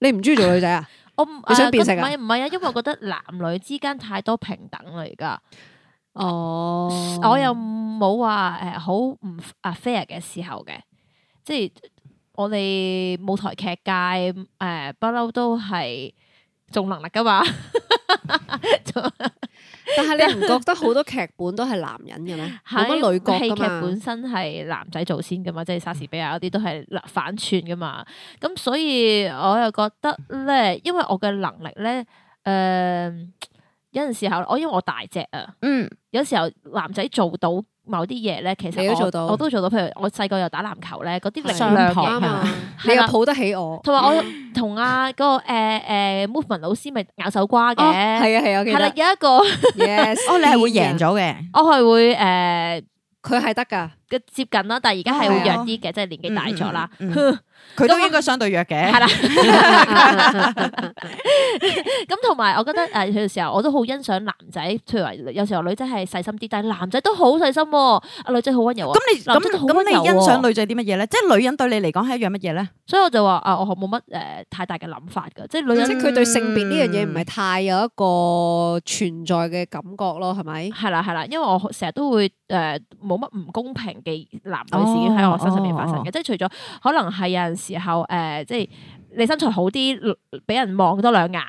你唔中意做女仔啊？我唔你想誒變性啊唔係唔係啊，因為我覺得男女之間太多平等啦而家。哦我又冇話誒好唔啊 fair 嘅時候嘅，即係我哋舞台劇界誒不嬲都係重能力噶嘛，但係你唔覺得好多劇本都係男人嘅咩？冇乜女戲角劇噶嘛本？身係男仔做先噶嘛，即係莎士比亞嗰啲都係男反串噶嘛，咁所以我又覺得咧，因為我嘅能力咧誒、有陣時候我因為我大隻啊。嗯有時候男仔做到某啲嘢咧，其實你都我做到我都做到。譬如我細個又打籃球咧，嗰啲力上量堂嘅啱係啊嘛！你係又啦。抱得起我。哦同埋我同阿嗰個誒誒 movement 老師咪咬手瓜哦嘅，係啊係啊，我記係啦，得。有一個 Yes，哦，你係會贏，咗嘅，我係會誒佢係得㗎。嘅接近啦，但係而家係會弱啲嘅，即係年紀大咗啦。嗯嗯哼佢咁都應該相對弱嘅，係啦，啱咁同埋我覺 得誒有時候我都好欣賞男仔，譬如話有時候女仔係細心啲，但係男仔都好細心喎，啊女仔好溫柔啊。咁你男咁仔都好咁溫柔你喎欣賞女仔啲乜嘢咧？即係女人對你嚟講係一樣乜嘢咧？所以我就話啊，我冇乜誒太大嘅諗法㗎，即係 女即人係佢對性別呢樣嘢唔係太有一個存在嘅感覺咯，係咪？係啦係啦，因為我成日都會誒冇乜唔公平嘅男女事件喺我身上面發生嘅，哦哦即係除咗可能係有陣時候誒、呃即係你身材好啲，俾人望多兩眼。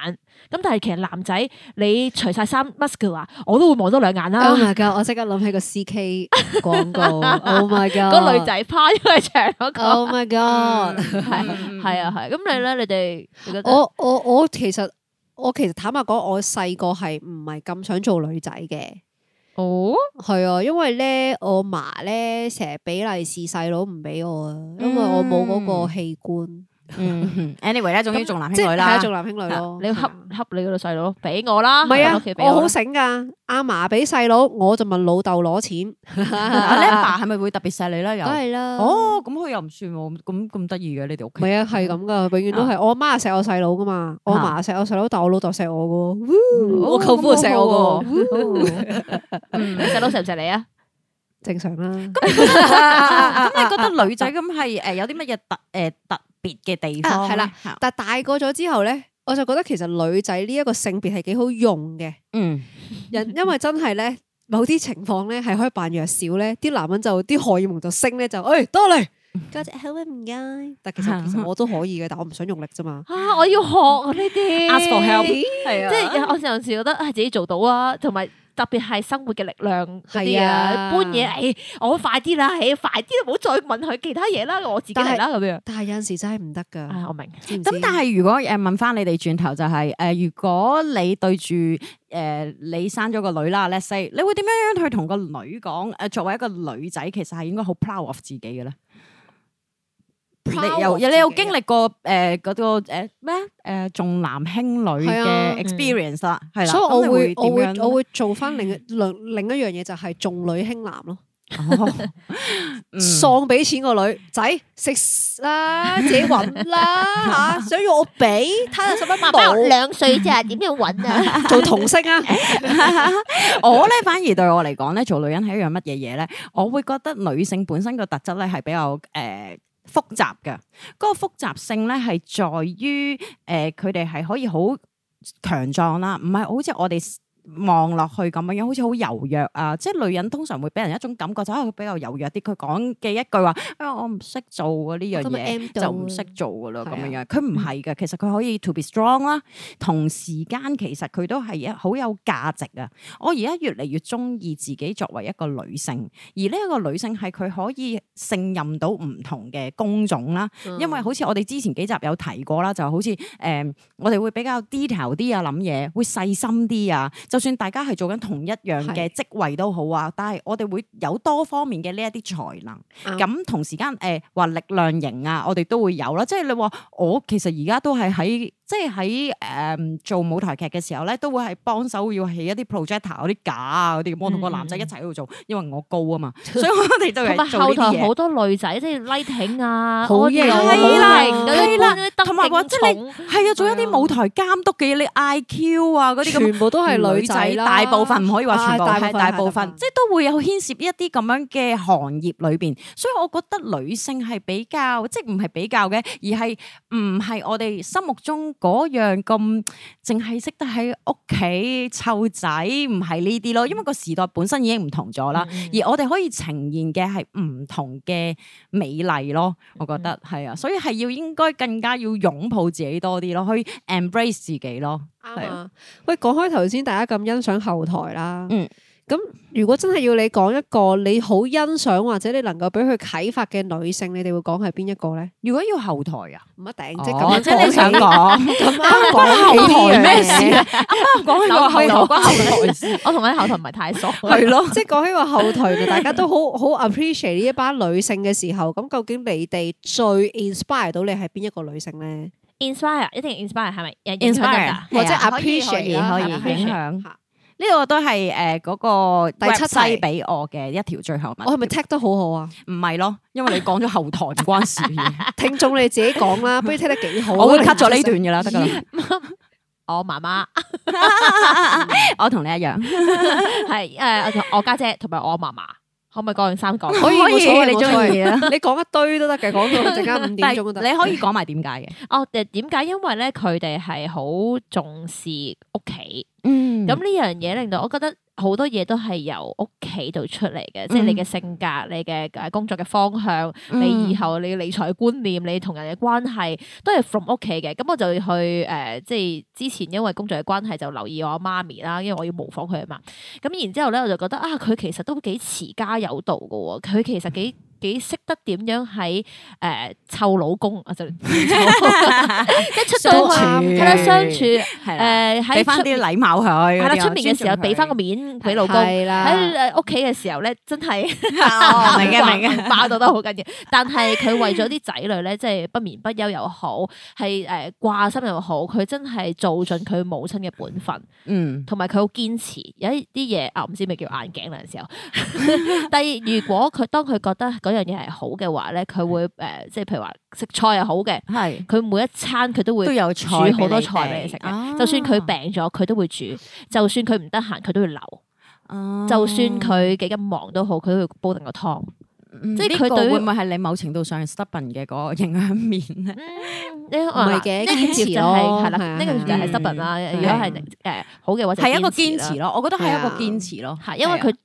咁但係其實男仔你除晒衫 muscular，我都會望多兩眼啦。哦 Oh 啊 my god！我即刻諗起個 CK 廣告。Oh my god！個女。仔嗯趴咗喺牆嗰個， Oh my 哦嗯 god！係係啊係。咁你咧，你哋你覺得我我我其實我其實坦白講，我細個係唔係咁想做女仔嘅。哦，係啊，因為咧我嫲咧成日俾利是細佬唔俾我啊，因為我冇嗰個器官。嗯，anyway 咧，總之重男即輕係女係啊啦，重男輕女咯。你要恰係啊恰你嗰個細佬，俾我啦，唔係喺啊屋企，俾我好啦醒噶，阿嫲俾細佬，我就問老豆攞錢。啊你阿爸係咪會特別錫你啦？又梗係啦。哦，嗯咁佢又唔算喎，咁咁得意嘅你哋屋唔企。係啊，係咁噶，永遠都係我阿媽係錫我細佬噶嘛，我阿嫲係錫我細佬，但我老豆錫我噶，哦我舅父係錫我噶， 嗯你細佬錫唔錫你啊？正常啦。咁你覺得女仔咁係誒有啲乜嘢特誒特別嘅地方？啊係啦，但大個咗之後咧，我就覺得其實女仔呢一個性別係幾好用嘅，嗯，因因為真係咧。某啲情況咧係可以扮弱小咧，啲男人就啲荷爾蒙就升咧就，誒、多嚟，加隻口啊唔該。但 其實其實我都可以嘅，但我唔想用力啫嘛。啊，我要學啊呢啲 Ask for help 係啊，即係有我有時覺得啊自己做到啊，同埋特別係生活嘅力量嗰啲係啊啊，搬嘢，誒我快啲啦，誒快啲，唔好再問佢其他嘢啦，我自己嚟啦咁樣。但係有陣時真係唔得 㗎，啊，我明。知唔知咁但係如果誒問翻你哋轉頭就係、誒，如果你對住誒、你生咗個女啦，let's say，你會點樣樣去同個女講誒？作為一個女仔，其實係應該好 proud of 自己嘅咧。你有你有經歷過誒嗰個誒咩誒重男輕女係啊嘅 experience 啦，係啦，所以咁我你會會我點會樣我會做翻另一另另一樣嘢，就係重女輕男咯，哦 嗯喪俾錢個女仔食啦，自己揾 啦嚇，想要我俾攤下十蚊冇兩歲咋，點樣揾啊？做童星啊， 我咧反而對我嚟講咧，做女人係一樣乜嘢嘢咧？我會覺得女性本身個特質咧係比較誒、呃、複雜嘅，嗰、個複雜性咧係在於誒佢哋係可以好強壯啦，唔係好似我哋。望落去咁樣樣，好似好柔弱啊！即係女人通常會俾人一種感覺，就啊係佢比較柔弱啲。佢講嘅一句話，哎呀我唔識做啊呢樣今日嘢。 M 就唔識做噶啦咁樣樣。佢唔係嘅，其實佢可以 to be strong 啦，同時間其實佢都係一好有價值啊！我而家越嚟越中意自己作為一個女性，而呢一個女性係佢可以勝任到唔同嘅工種啦。嗯因為好似我哋之前幾集有提過啦，就好似誒、呃我哋會比較 detail 啲啊，諗嘢會細心啲啊。就算大家係做緊同一樣嘅職位都好啊，但係我哋會有多方面嘅呢一啲才能。啱咁同時間誒話力量型啊，我哋都會有啦。即係你話我其實而家都係喺即係喺誒做舞台劇嘅時候咧，都會係幫手要起一啲 projector 嗰啲架啊嗰啲咁。我同個男仔一齊喺度做，因為我高啊嘛，所以我哋就同埋 係做啊後呢啲台嘢。好多女仔，即係 lighting 啊，好型好係啦型，有啲係啦搬啲燈同埋話勁即係重係啊，做一啲舞台監督嘅嘢，你 IQ 啊嗰啲咁。全部都係女仔啦，大部分唔可以話全部，啊係大部大分，即係都會有牽涉一啲咁樣嘅行業裏邊，所以我覺得女性係比較，即係唔係比較嘅，而係唔係我哋心目中嗰樣咁，淨係識得喺屋企湊仔，唔係呢啲咯，因為個時代本身已經唔同咗啦。嗯而我哋可以呈現嘅係唔同嘅美麗咯，我覺得係啊，所以係要應該更加要擁抱自己多啲咯，去 embrace 自己咯。啱啊！喂，講開頭先，大家咁欣賞後台啦。嗯咁如果真係要你講一個你好欣賞或者你能夠俾佢啟發嘅女性，你哋會講係邊一個咧？如果要後台啊？唔一定，即係咁哦樣即係你想講起講，咁啱講關後台咩起呢樣嘢事啱講起個後頭關後台 事， 我同佢喺後台唔係太熟， 係咯。即係講起個後台，就大家都好 好 appreciate 呢一班女性嘅時候，咁究竟你哋最 inspire 到你係邊一個女性咧？ inspire 一定 inspire 係咪影響得 Inspire 㗎或者係啊 appreciate 可以啦可以係咪影響嚇呢個都係誒嗰個第七題 website 俾我嘅一條最後我係問，咪 tag 得好好 啊？唔係咯，因為你講咗後台唔關事 嘅， 聽眾你自己講啦，不如 tag 得幾好啊。我會 cut 咗呢段㗎啦，得㗎啦。我媽媽 我同你一樣，係誒，我家姐同埋我嫲嫲，可唔可以講三個？可以冇所謂你冇所謂中意啊。你講一堆都得嘅，講到陣間五點但鐘都得。係你可以講埋點解嘅。 哦，誒點解？因為咧，佢哋係好重視屋企，嗯咁呢樣嘢令到我覺得好多嘢都係由屋企度出嚟嘅，即係你嘅性格、你嘅誒工作嘅方向、嗯你 以後你嘅理財觀念、你同人嘅關係，都係 from 屋企嘅。咁我就去誒、呃即係之前因為工作嘅關係就留意我媽咪啦，因為我要模仿佢啊嘛。咁然之後咧，我就覺得啊，佢其實都幾持家有道嘅喎，佢其實幾幾識得點樣喺誒湊老公啊，就 即係出到去 相處係啦相處誒係啦，俾喺翻出啲禮貌佢，啊係啦出面嘅時候俾 翻個個面俾老公。係啦，喺誒呃屋企嘅時候咧，真係 哦明嘅明嘅，霸到啊得好緊要。但係佢為咗啲仔女咧，即係不眠不休又好，係誒掛心又好，佢真係做盡佢母親嘅本分。嗯，同埋佢好堅持，有一啲嘢啊，唔知咪叫眼鏡啦有時候。 第二，如果佢當佢覺得嗰樣嘢係好嘅話咧，佢會誒、呃即係譬如話食菜係好嘅，係佢每一餐佢都會都有煮菜好多你菜俾哋你食嘅。啊就算佢病咗，佢都會煮；就算佢唔得閒，佢都會留；哦就算佢幾咁忙都好，佢都會煲定個湯。嗯即係呢佢個對於會唔會係你某程度上 stubborn 嘅嗰個影響面啊 咧？嗯，唔係嘅堅持就咯係係啦，係啊呢個就係 stubborn 啦。嗯如果係誒好嘅話，就係一個堅堅持啦。咯，我覺得係一個係啊堅持咯，係因為係啊佢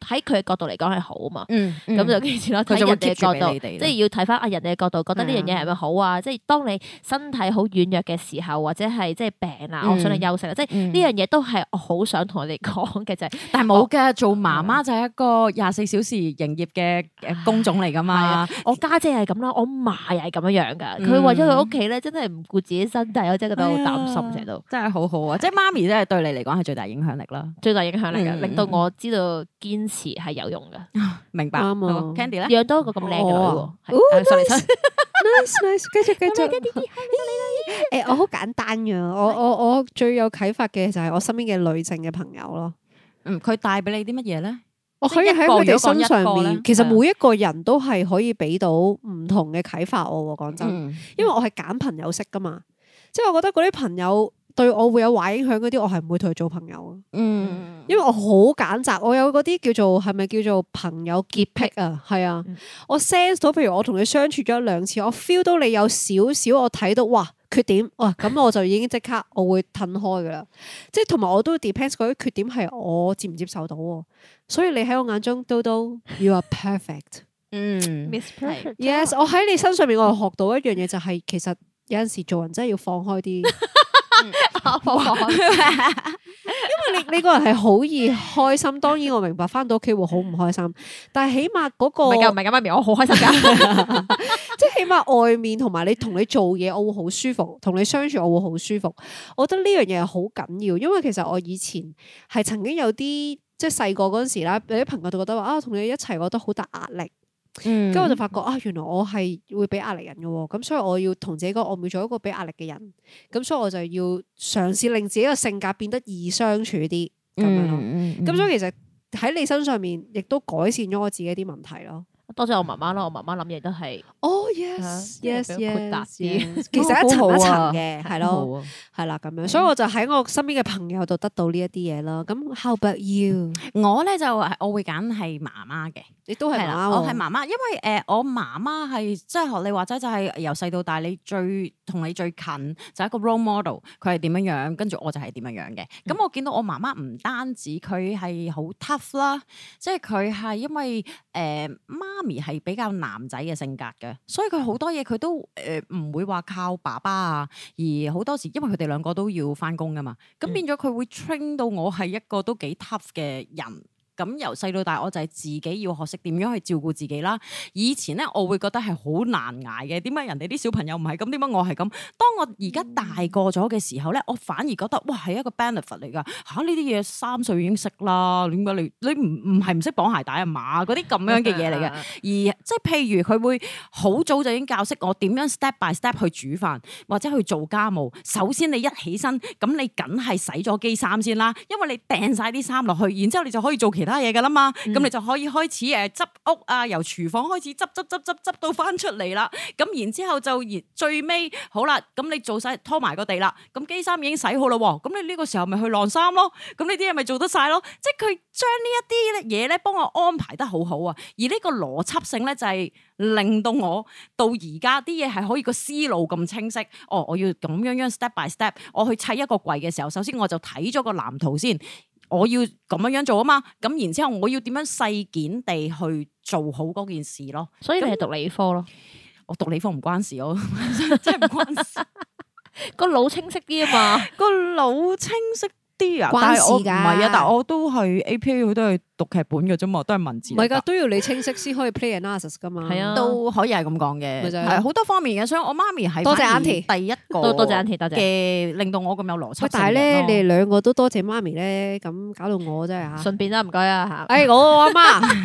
喺佢嘅角度嚟講係好啊嘛。嗯咁就堅持咯。佢睇就會人哋嘅 keep 角住俾度，你哋即係要睇翻啊人哋嘅角度，覺得呢樣嘢係咪好啊？即係當你身體好軟弱嘅時候，或者係即係病啦，嗯我想你休息啦。即係呢哦呢樣嘢都係我好想同你哋講嘅就 係，嗯但係冇嘅，做媽媽就係一個廿四小時營業嘅呃工種嚟噶嘛。我家姐係咁啦，我嫲又係咁樣樣噶。嗯佢為咗佢屋企咧，真係唔顧自己身體，我真係覺得好擔哎心成日都。真係好好啊！即係媽咪真係對你嚟講係最大影響力啦。最大影響力嘅，嗯令到我知道堅持係有用嘅，明白。啱啊好 Candy 咧，養多一個咁靚嘅女喎哦我。係係啊 sorry， nice nice，繼續繼續。誒，我好簡單嘅，我我我最有啟發嘅就係我身邊嘅女性嘅朋友咯。嗯，佢帶俾你啲乜嘢咧？我可以喺佢哋身上面，其實每一個人都係可以俾到唔同嘅啟發我喎。講真，嗯因為我係揀朋友識噶嘛，即係我覺得嗰啲朋友對我會有壞影響嗰啲，我係唔會同佢做朋友嘅。嗯，因為我好揀擇，我有嗰啲叫做係咪叫做朋友潔癖啊？係啊，嗯我 sense 到，譬如我同你相處咗一兩次，我 feel 到你有少少，我睇到哇缺點，哇咁我就已經即刻我會褪開噶啦。即係同埋我都 depends 嗰啲缺點係我接唔接受到喎。所以你喺我眼中都都 you are perfect。嗯 Miss Perfect Yes，我喺你身上面我學到一樣嘢就係、其實有陣時做人真係要放開啲。啊因為你你個人係好易開心，當然我明白翻到屋企會好唔開心，但係起碼嗰、唔個係㗎，唔係㗎，媽咪，我好開心 㗎。即係起碼外面同埋你同你做嘢，我會好舒服，同你相處我會好舒服。我覺得呢樣嘢係好緊要，因為其實我以前係曾經有啲。即係細個嗰陣時啦，有啲朋友就覺得話啊，同你一齊覺得好大壓力， 嗯跟住我就發覺啊，原來我係會俾壓力人嘅喎，咁所以我要同自己講，我唔要做一個俾壓力嘅人，咁所以我就要嘗試令自己嘅性格變得易相處啲嗯咁樣咯。咁所以以其實喺你身上面，亦都改善咗我自己啲問題咯。多謝我媽媽咯，我媽媽諗嘢都係哦啊，yes 因為 yes 比較豁達 yes，啲 yes 其實一層一啊層嘅，係咯，咯。係啦咁嗯樣，所以我就喺我身邊嘅朋友度得到呢一啲嘢啦。咁 how about you？我咧就係我會揀係媽媽嘅。你都係係媽啦，媽我係喎媽媽，因為誒、呃我媽媽係即係學你話齋，就係由細到大你最同你最近就係一個 role model，佢係點樣樣，跟住我就係點樣樣嗯嘅。咁、我見到我媽媽唔單止佢係好 tough 啦，即係佢係因為誒、呃、媽咪係比較男仔嘅性格嘅，所以佢好多嘢佢都誒唔、會話靠爸爸啊，而好多時因為佢哋兩個都要翻工噶嘛，咁嗯變咗佢會 train 到我係一個都幾 tough 嘅人。咁由細到大，我就係自己要學識點樣去照顧自己啦。以前咧，我會覺得係好難捱嘅。點解人哋啲小朋友唔係咁？點解我係咁？當我而家大個咗嘅時候咧，我反而覺得哇係一個 benefit 嚟㗎嚇！呢啲嘢三歲已經識啦，點解你你唔唔係唔識綁鞋帶啊嘛？嗰啲咁樣嘅嘢嚟啊嘅。而即係譬如佢會好早就已經教識我點樣 step by step 去煮飯或者去做家務。首先你一起身，咁你梗係洗咗機衫先啦，因為你掟晒啲衫落去，然之後你就可以做其他嘢噶啦嘛。咁、你就可以開始誒執屋啊，由廚房開始執執執執執到翻出嚟啦。咁然之後就然最尾好啦，咁你做晒拖埋個地啦，咁機衫已經洗好啦喎，咁你呢個時候咪去晾衫咯，咁呢啲嘢咪做得晒咯，即係佢將呢一啲嘢咧幫我安排得好好啊，而呢個邏輯性咧就係令到我到而家啲嘢係可以個思路咁清晰，哦，我要咁樣樣 step by step，我去砌一個櫃嘅時候，首先我就睇咗個藍圖先。我要咁樣樣做啊嘛，咁然之後我要點樣細件地去做好嗰件事咯。所以你係讀理科咯，我讀理科唔關事，我 真係唔關事。個腦清晰啲啊嘛。個腦清晰啲啊，關但係我唔事㗎係啊，但係我都係 A P A，佢都係讀劇本嘅啫嘛，都係文字唔嚟㗎。係㗎，都要你清晰先可以 play analysis 噶嘛。係啊都可以係咁講嘅，咪就係係好多方面嘅。所以我媽咪係多謝反而 Auntie 第一個多多謝 Auntie，多謝嘅，令到我咁有邏輯喂性，但係咧，你嘅哋兩個都多謝媽咪咧，咁搞到我真係 嚇。順便啦，唔該啊嚇。哎誒，我阿媽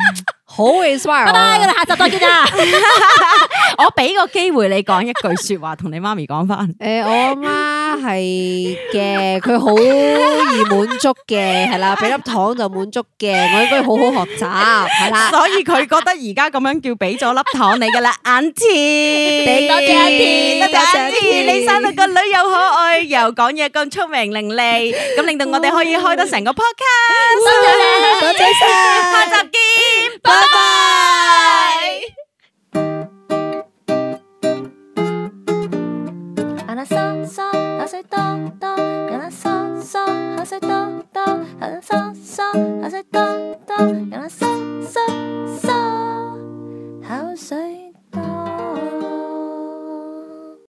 好 inspire 拜拜，我我。啊哋下集再見啊啦。咯。我俾個機會你講一句説話，同你媽咪講 翻。誒，我阿媽係嘅，佢好易滿足嘅，係啦，俾粒糖就滿足嘅，我應該好好學習，係啦。所以佢覺得而家咁樣叫俾咗粒糖你噶 啦，Auntie，多謝多謝 Auntie，多謝 Auntie， Auntie 你生到個女又可愛，又講嘢咁聰明伶 俐，咁令到我哋可以開得成個 podcast。多謝晒。下集見，拜拜。啊啦嗦嗦，口水多多，啊啦嗦嗦，口水多多，啊啦嗦嗦，口水多